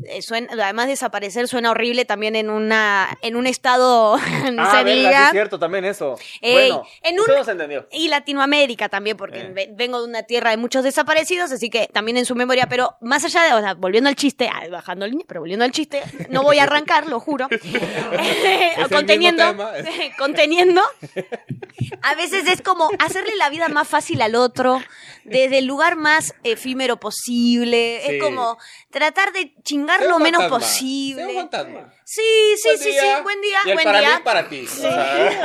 eh, suena- además desaparecer suena horrible también en una en un estado, no
Ah, verga,
se
sí
diga.
es cierto, también eso.
Ey,
bueno,
en
usted
un-
nos entendió.
Y Latinoamérica también, porque
Eh.
ve- vengo de una tierra de muchos desaparecidos, así que también en su memoria, pero más allá de, o sea, volviendo al chiste, ah, bajando línea, pero volviendo al chiste, no voy a arrancar, lo juro.
mismo
conteniendo,
tema.
conteniendo. A veces es como hacerle la vida más fácil al otro, desde el lugar más efímero posible,
Sí.
es como tratar de chingar
Sea un
lo menos
fantasma,
posible.
sea un fantasma.
Sí, sí,
Buen
sí,
día.
sí, buen día,
Y el
buen
para
día.
mí, para ti. O sea, ¿eh?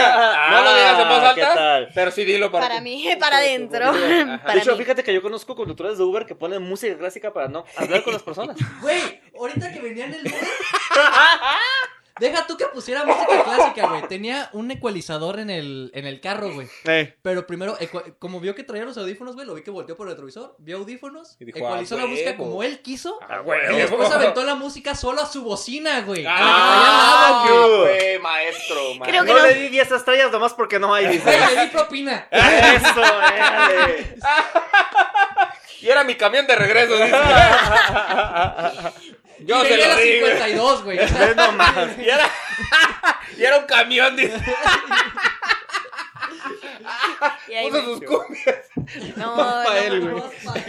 no lo digas en voz
Ah, ¿qué
alta,
tal?
pero sí dilo para,
Para
ti.
mí, para adentro.
Ajá.
de
Para
hecho,
mí.
fíjate que yo conozco conductores de Uber que ponen música clásica para no hablar con las personas.
Güey, ahorita que venía en el Uber. Deja tú que pusiera música clásica, güey. Tenía un ecualizador en el, en el carro, güey. Pero primero, ecua- como vio que traía los audífonos, güey, lo vi que volteó por el retrovisor, vio audífonos,
Y dijo,
ecualizó
"Ah,
la música
huevo".
como él quiso.
Ah, güey.
Y después aventó la música solo a su bocina, güey. a
Ah,
la que traía al lado,
güey.
güey, maestro,
Creo
No
que
maestro.
no.
le di 10 estrellas nomás porque no hay, dice.
güey. Le di propina.
Eso, eh.
Y era mi camión de regreso, dice. Yo
y
se
venía
lo
a las
di, güey.
52, güey. O sea,
Ve nomás.
Y era, y era un camión, dice.
Y ahí
Puso
me-
sus cumbias.
No,
Más pa'
no,
él,
no.
güey.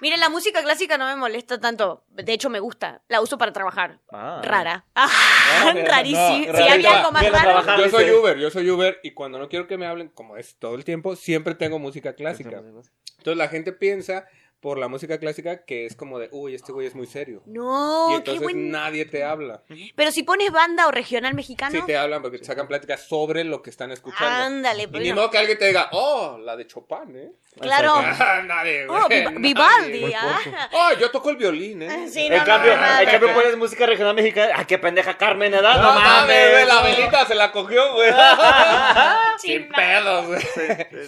Mira, la música clásica no me molesta tanto. De hecho, me gusta. La uso para trabajar.
Ah.
Rara. Ah,
mira,
rarísima.
no,
si
rarita.
había algo más
Viene a
raro.
trabajar. Ajá,
Yo
dice.
soy Uber, yo soy Uber y cuando no quiero que me hablen, como es todo el tiempo, siempre tengo música clásica. Entonces la gente piensa por la música clásica que es como de, uy, este güey es muy serio. y
No, qué
entonces
buen. Ah,
nadie te habla.
Pero si pones banda o regional mexicano.
Sí te hablan porque te sacan pláticas sobre lo que están escuchando.
ándale,
y ni
pues.
modo que alguien te diga, oh, la de Chopin, ¿eh?
Claro.
nadie, güey,
Oh, Viva-
nadie.
Vivaldi. ah.
Oh, yo toco el violín, ¿eh?
Sí, no,
En
no,
cambio,
no, no,
en cambio
no.
pones música regional mexicana. Ah, qué pendeja Carmen Edad, no,
No mames, güey,
mames.
la velita se la cogió, güey.
Sí,
Sin
no.
pedos, güey.
Sí,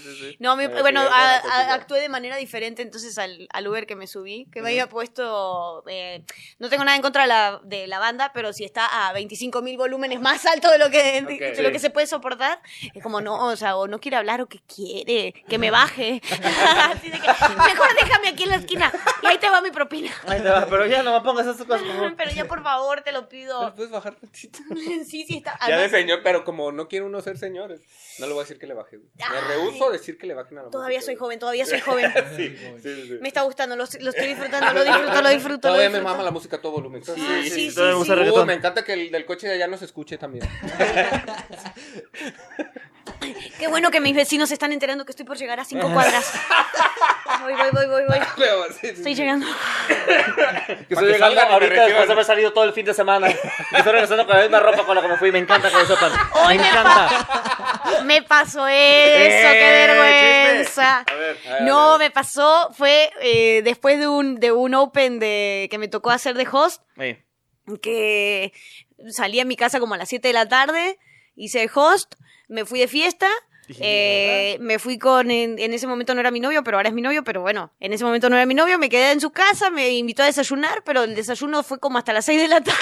sí, sí.
No, mi-
Eh,
bueno,
sí,
a- a-
es buena técnica.
actué de manera diferente entonces al, al, al Uber que me subí, que me había puesto, eh, no tengo nada en contra de la, de la banda, pero si está a 25 mil volúmenes más alto de lo que, de-
Ok.
de
Sí.
lo que se puede soportar, es como, no, o sea, o no quiere hablar o que quiere, que me baje. Así de que, mejor déjame aquí en la esquina y ahí te va mi propina.
Ahí te va, pero ya no me pongas esas cosas como.
Pero ya por favor te lo pido.
¿Puedes bajar tantito?
Sí, sí está.
Ya de
además,
señor, pero como no quiere uno ser señores, no le voy a decir que le baje. güey. Me
Ay.
rehúso a decir que le bajen a la
Todavía
música,
soy
güey.
joven, todavía soy joven.
Sí, güey.
Sí, sí, sí.
Me está gustando, lo, lo estoy disfrutando, lo disfruto, lo disfruto. lo
Todavía me
disfruto.
mama la música a todo volumen.
Sí,
Ah,
sí,
sí,
sí, todavía
sí,
me gusta el
sí.
Uy,
reggaetón.
me encanta que el del coche de allá nos escuche también.
Qué bueno que mis vecinos se están enterando que estoy por llegar a cinco cuadras. Voy, voy, voy, voy, voy.
Pero, sí, sí,
Estoy
sí.
llegando.
Que
Para
estoy
que
llegando
salga
y me
ahorita después
reciban.
de haber salido todo el fin de semana. Y estoy regresando con la misma ropa con la que me fui. Me encanta que lo sepan.
Hoy
me
me
encanta.
Me pasó
Eh,
eso, qué vergüenza.
chisme. A ver.
A ver,
No,
a ver.
me pasó, fue eh, después de un, de un open de, que me tocó hacer de host,
Ahí.
que salí a mi casa como a las 7 de la tarde, hice host, me fui de fiesta, eh, me fui con, en, en ese momento no era mi novio, pero ahora es mi novio, pero bueno, en ese momento no era mi novio, me quedé en su casa, me invitó a desayunar, pero el desayuno fue como hasta las 6 de la tarde.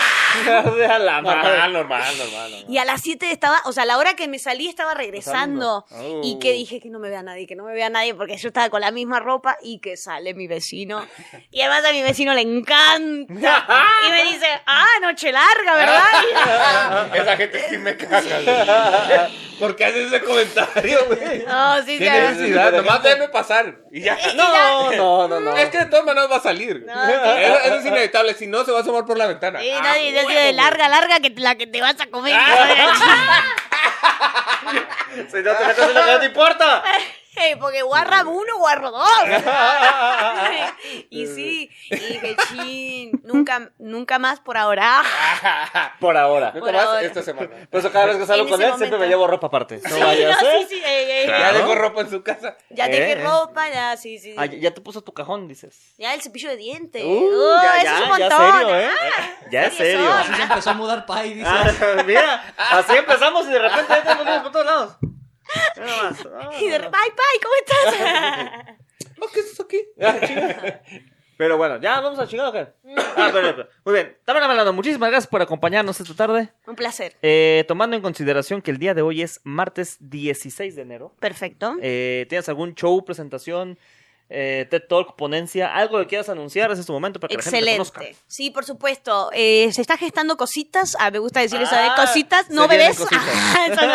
A la
Normal,
madre.
normal, normal. normal.
Y a las 7 estaba, o sea, a la hora que me salí estaba regresando.
Regresando.
Y
Oh.
que dije que no me vea nadie, que no me vea nadie, porque yo estaba con la misma ropa y que sale mi vecino. Y además a mi vecino le encanta. Y me dice, ah, noche larga, ¿verdad?
Esa gente sí me caga. güey. ¿Por qué haces ese comentario, güey?
Y- No, sí, sí.
Qué necesidad. Nomás déjame pasar. Y ya.
No, no, no, no.
Es que de todas maneras va a salir.
No, sí.
Eso, eso es inevitable. Si no, se va a asomar por la ventana.
Sí,
Ah,
no, y yo
huevo,
digo, de
güey.
larga, larga, que la que te vas a comer.
Ah. Si no te metes en lo que no te importa.
Eh, Porque guarra uno, guarro dos. y sí, y dije, chin, nunca, nunca más por ahora.
Por ahora.
Nunca
Por
más
ahora.
Ah, esta semana.
Por eso cada vez que salgo
En
con él,
ese
siempre me
momento.
llevo ropa aparte. No
Sí,
vayas,
no,
¿eh?
sí, sí, ey, ey,
Ya
Claro.
dejó ropa en su casa.
Ya
Eh,
dejé
eh.
ropa, ya, sí, sí.
Ah, ya- ya te puso tu cajón, dices.
Ya el cepillo de dientes.
Uh,
Oh,
ya,
eso es un
ya, ya
montón.
serio, ¿eh? Ya es
serio
serio.
soy.
Así se empezó a mudar Pai, dice.
Ah, mira, así empezamos y de repente ya tenemos niños por todos lados. Mira nomás. Ah,
Y de bye, bye, ¿cómo estás?
Oh, ¿Qué es eso aquí?
Pero bueno, ya vamos a chingar o qué?
Mm.
Ah, pero, pero, muy bien. Estaban hablando. Muchísimas gracias por acompañarnos esta tarde.
Un placer.
Eh, tomando en consideración que el día de hoy es martes 16 de enero.
Perfecto.
eh, ¿Tienes algún show, presentación, eh, TED Talk, ponencia? ¿Algo que quieras anunciar? Ese es tu momento para que la gente te
Excelente.
conozca.
Sí, por supuesto. Eh, se está gestando cositas. Ah, me gusta decir eso de
Ah,
cositas, no
se vienen
bebés. Ah,
cositas.
Eso no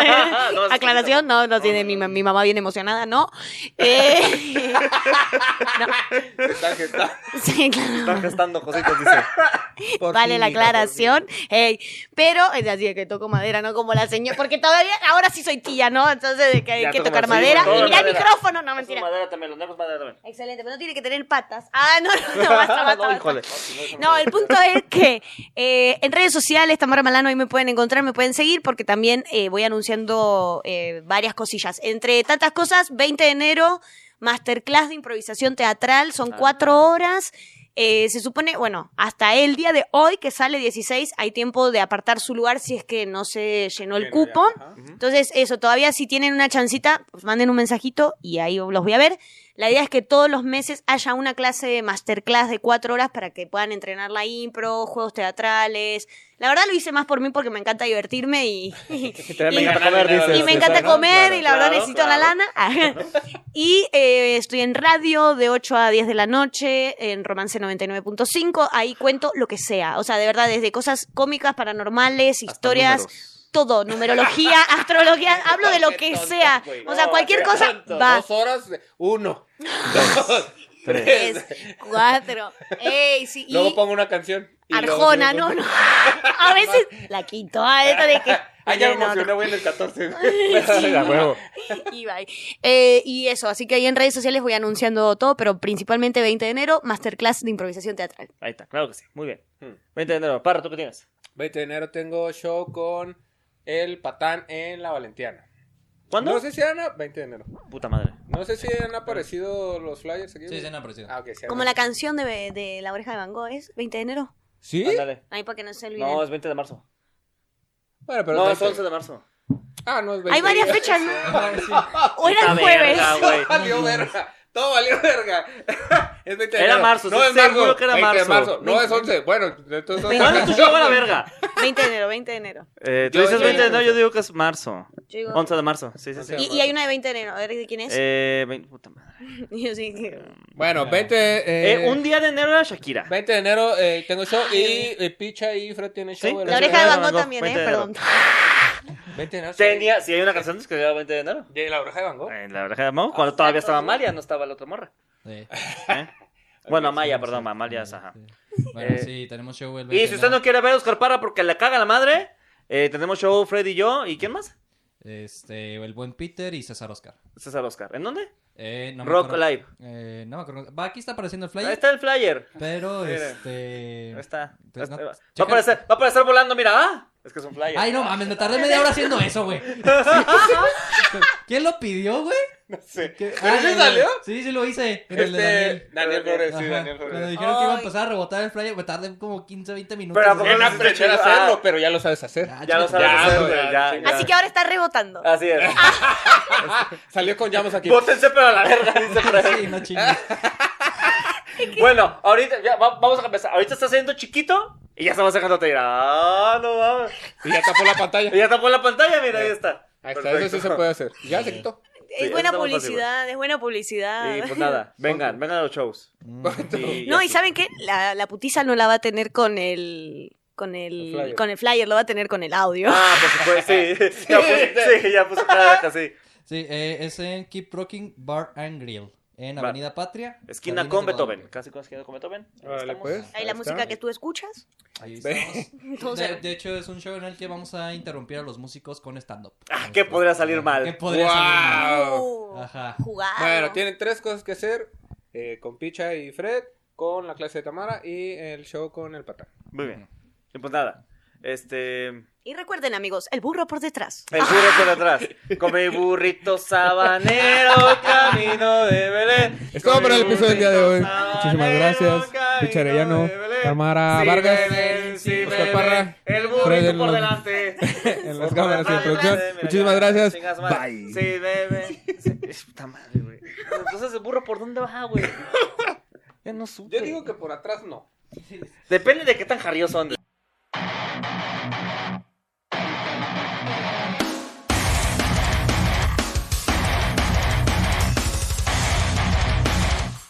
es-
No, es
Aclaración, no, no
No,
tiene
no,
mi,
no.
ma- mi mamá bien emocionada, no. Eh,
Está, está.
sí, claro.
Están gestando cositas, dice.
Por
Vale
fin,
la
hija, por
aclaración. Ey, pero es así de que toco madera, no como la señora. Porque todavía, ahora sí soy tía, ¿no? Entonces de que hay
Ya
que
toco
tocar
madera,
madera.
sí, toco
Y mira el
madera.
micrófono,
Eso
no
es
mentira.
madera también, los negros madera también.
Excelente, pero no tiene que tener patas. Ah, no, no, no, basta, basta,
no,
basta.
híjole.
No, el punto es que eh, en redes sociales, Tamara Malano, ahí me pueden encontrar, me pueden seguir, porque también eh, voy anunciando eh, varias cosillas. Entre tantas cosas, 20 de enero, masterclass de improvisación teatral, son
Ah.
cuatro horas. Eh, se supone, bueno, hasta el día de hoy, que sale 16, hay tiempo de apartar su lugar si es que no se llenó el
Bueno, ya,
cupo.
ajá.
Entonces, eso, todavía si tienen una chancita, pues manden un mensajito y ahí los voy a ver. La idea es que todos los meses haya una clase de masterclass de cuatro horas para que puedan entrenar la impro, juegos teatrales. La verdad lo hice más por mí porque me encanta divertirme y, y-
También me
y-
encanta comer, dice.
y me encanta
Claro,
comer y la verdad
claro,
necesito
claro.
la lana. Ah. y eh, estoy en radio de 8 a 10 de la noche, en Romance 99.5. Ahí cuento lo que sea. O sea, de verdad, desde cosas cómicas, paranormales, historias, todo. Numerología, astrología, hablo de lo
Qué
que
tonto,
sea.
güey.
O sea,
No,
cualquier
qué
cosa
tonto.
va.
Dos horas, de- uno, dos,
Tres,
tres.
cuatro. Ey, sí. y-
Luego pongo una canción. y luego-
Arjona, no, no. A veces la quito. Ah, esta de que.
Ay, ya me
no, no,
emocioné, voy en el 14.
A huevo.
Y bye. Eh, y eso, así que ahí en redes sociales voy anunciando todo, pero principalmente 20 de enero, masterclass de improvisación teatral.
Ahí está, claro que sí. Muy bien.
Hmm.
20 de enero. Parra, ¿tú qué tienes?
20 de enero tengo show con el patán en la Valentiana.
¿Cuándo?
No sé si han... 20 de enero.
Puta madre.
No sé si han aparecido los flyers aquí.
Sí, se han aparecido.
Ah, ok, sí han
Como la
aparecido.
canción de, de La Oreja de Van Gogh, ¿es? 20 de enero.
¿Sí?
Ándale.
Ahí para que no se olviden.
No, es 20 de marzo.
Bueno, pero...
no,
es
es 11 de marzo.
Ah, no es 20.
Hay varias fechas, ¿no?
Sí.
O era el
Puta
jueves.
verga, güey.
Valió verga. Todo valió verga. Es 20
Era
enero.
marzo,
No,
estoy
es marzo.
seguro que era
20 de
marzo.
marzo. No, es 11. Bueno, entonces
¿Cuándo es tu show a la verga?
20 de enero, 20 de enero.
Eh, tú
Yo-
dices
yo-
20 de enero, yo digo que es marzo.
Yo digo-
11 de marzo, sí, sí, sí.
de
y, y hay una de 20 de enero. A ver de quién es.
Eh, vein- puta madre.
Y yo sí que-
Bueno, 20.
Eh,
Eh,
un día de enero era Shakira.
20 de enero eh, tengo show y eh, Picha y Fred tienen show.
Sí,
el
La
20
oreja de
enero,
Van Gogh
Van Gogh,
también, eh,
20 de enero.
perdón.
de enero.
Tenía, si hay una canción que era 20 de enero.
¿De la oreja de Van Gogh?
En la oreja de Mau, cuando
Ah,
todavía estaba Amalia, no estaba la otra morra.
Sí.
¿eh? Bueno, Amaya,
Sí,
perdón,
sí,
Amalia,
sí,
ajá.
sí. Bueno,
Eh,
sí, tenemos show el 20
Y si
de
usted no
enero.
quiere ver a Oscar Parra porque le caga la madre, eh, tenemos show Freddy y yo. ¿Y quién más?
Este, el buen Peter y César Oscar.
César Oscar. ¿En dónde?
Eh, no me
Rock
acuerdo-
Live.
Eh, no me acuerdo. Va, aquí está apareciendo el flyer.
Ahí está el flyer.
Pero,
Mira.
este...
Ahí está.
Pues no,
va, a
checa-
aparecer, va a aparecer volando, mira. ¡Ah! Es que es un flyer.
Ay, no mames, me tardé media hora haciendo eso, güey. ¿Quién lo pidió, güey?
No sé.
¿Qué-
¿Pero
Ah,
ese
en el-
salió?
Sí, sí lo hice. En el de
Este,
Daniel.
Daniel Flores, sí,
Ajá.
Daniel
Cuando
Flores.
dijeron que iba a
Ay.
empezar a rebotar el flyer, me tardé como 15, 20 minutos.
Pero, ¿a
Sí,
poco
En
sí,
no
sí.
aprender a hacerlo, pero ya lo sabes hacer.
Ah,
Ya lo
chica,
sabes
Ya,
hacer,
güey,
güey, ya,
sí,
ya. Ah,
Así que ahora está rebotando.
Así es.
Salió con llamas aquí.
Bótense, pero a la verga, dice Freddy.
Sí, no chingues.
Bueno, ahorita ya, va- vamos a empezar. Ahorita está siendo chiquito y ya estamos sacando te dirá. Ah, no mames.
Y ya tapó la pantalla.
Y ya tapó la pantalla, mira, ahí está.
Ahí está,
Perfecto.
eso sí se puede hacer. Ya se quitó.
Sí,
Es buena
estamos fácil,
publicidad, es buena publicidad.
Y pues nada, vengan, vengan a los shows.
Mm.
Y
No,
así.
y ¿saben qué? La, la putiza no la va a tener con el. Con el,
El flyer.
con el flyer, lo va a tener con el audio.
Ah, por supuesto, sí. ya puse, sí, ya puse caraca, sí.
Sí, eh, es en Keep Rocking Bar and Grill. En
Bar.
Avenida Patria.
Esquina
Jardines
con
de
Beethoven.
Guadalupe.
Casi con esquina con Beethoven. Ahí
Órale,
estamos.
pues.
Ahí la
Ahí
música
está.
que tú escuchas.
Ahí
Ve.
estamos.
Entonces,
De, de hecho, es un show en el que vamos a interrumpir a los músicos con stand-up.
Ah, ¿qué podría salir mal?
¿Qué podría
Wow.
salir mal?
uh,
Ajá.
jugar.
Bueno, tienen tres cosas que hacer: eh, con Picha y Fred, con la clase de Tamara y el show con el patán.
Muy bien. Y pues nada. Este. El
Y recuerden, amigos, el burro por detrás.
burro por atrás. Come burrito sabanero, camino de Belén.
Es todo
Come
para el episodio del día de hoy.
burrito sabanero,
Muchísimas gracias.
camino
Picha Arellano,
de Belén.
Tamara
Sí,
Vargas,
Belén, sí,
Oscar
Belén.
Parra,
El
Fred
burrito
en
por
los-
delante.
En las
Por
cámaras de
favor,
producción.
mira,
Muchísimas
ya,
gracias.
chingas madre.
Bye.
Sí, bebe. Sí, es puta madre, güey. Entonces, el burro, ¿por dónde va, güey? Ya no supe.
Yo digo que por atrás no.
Depende de qué tan jarrioso andes.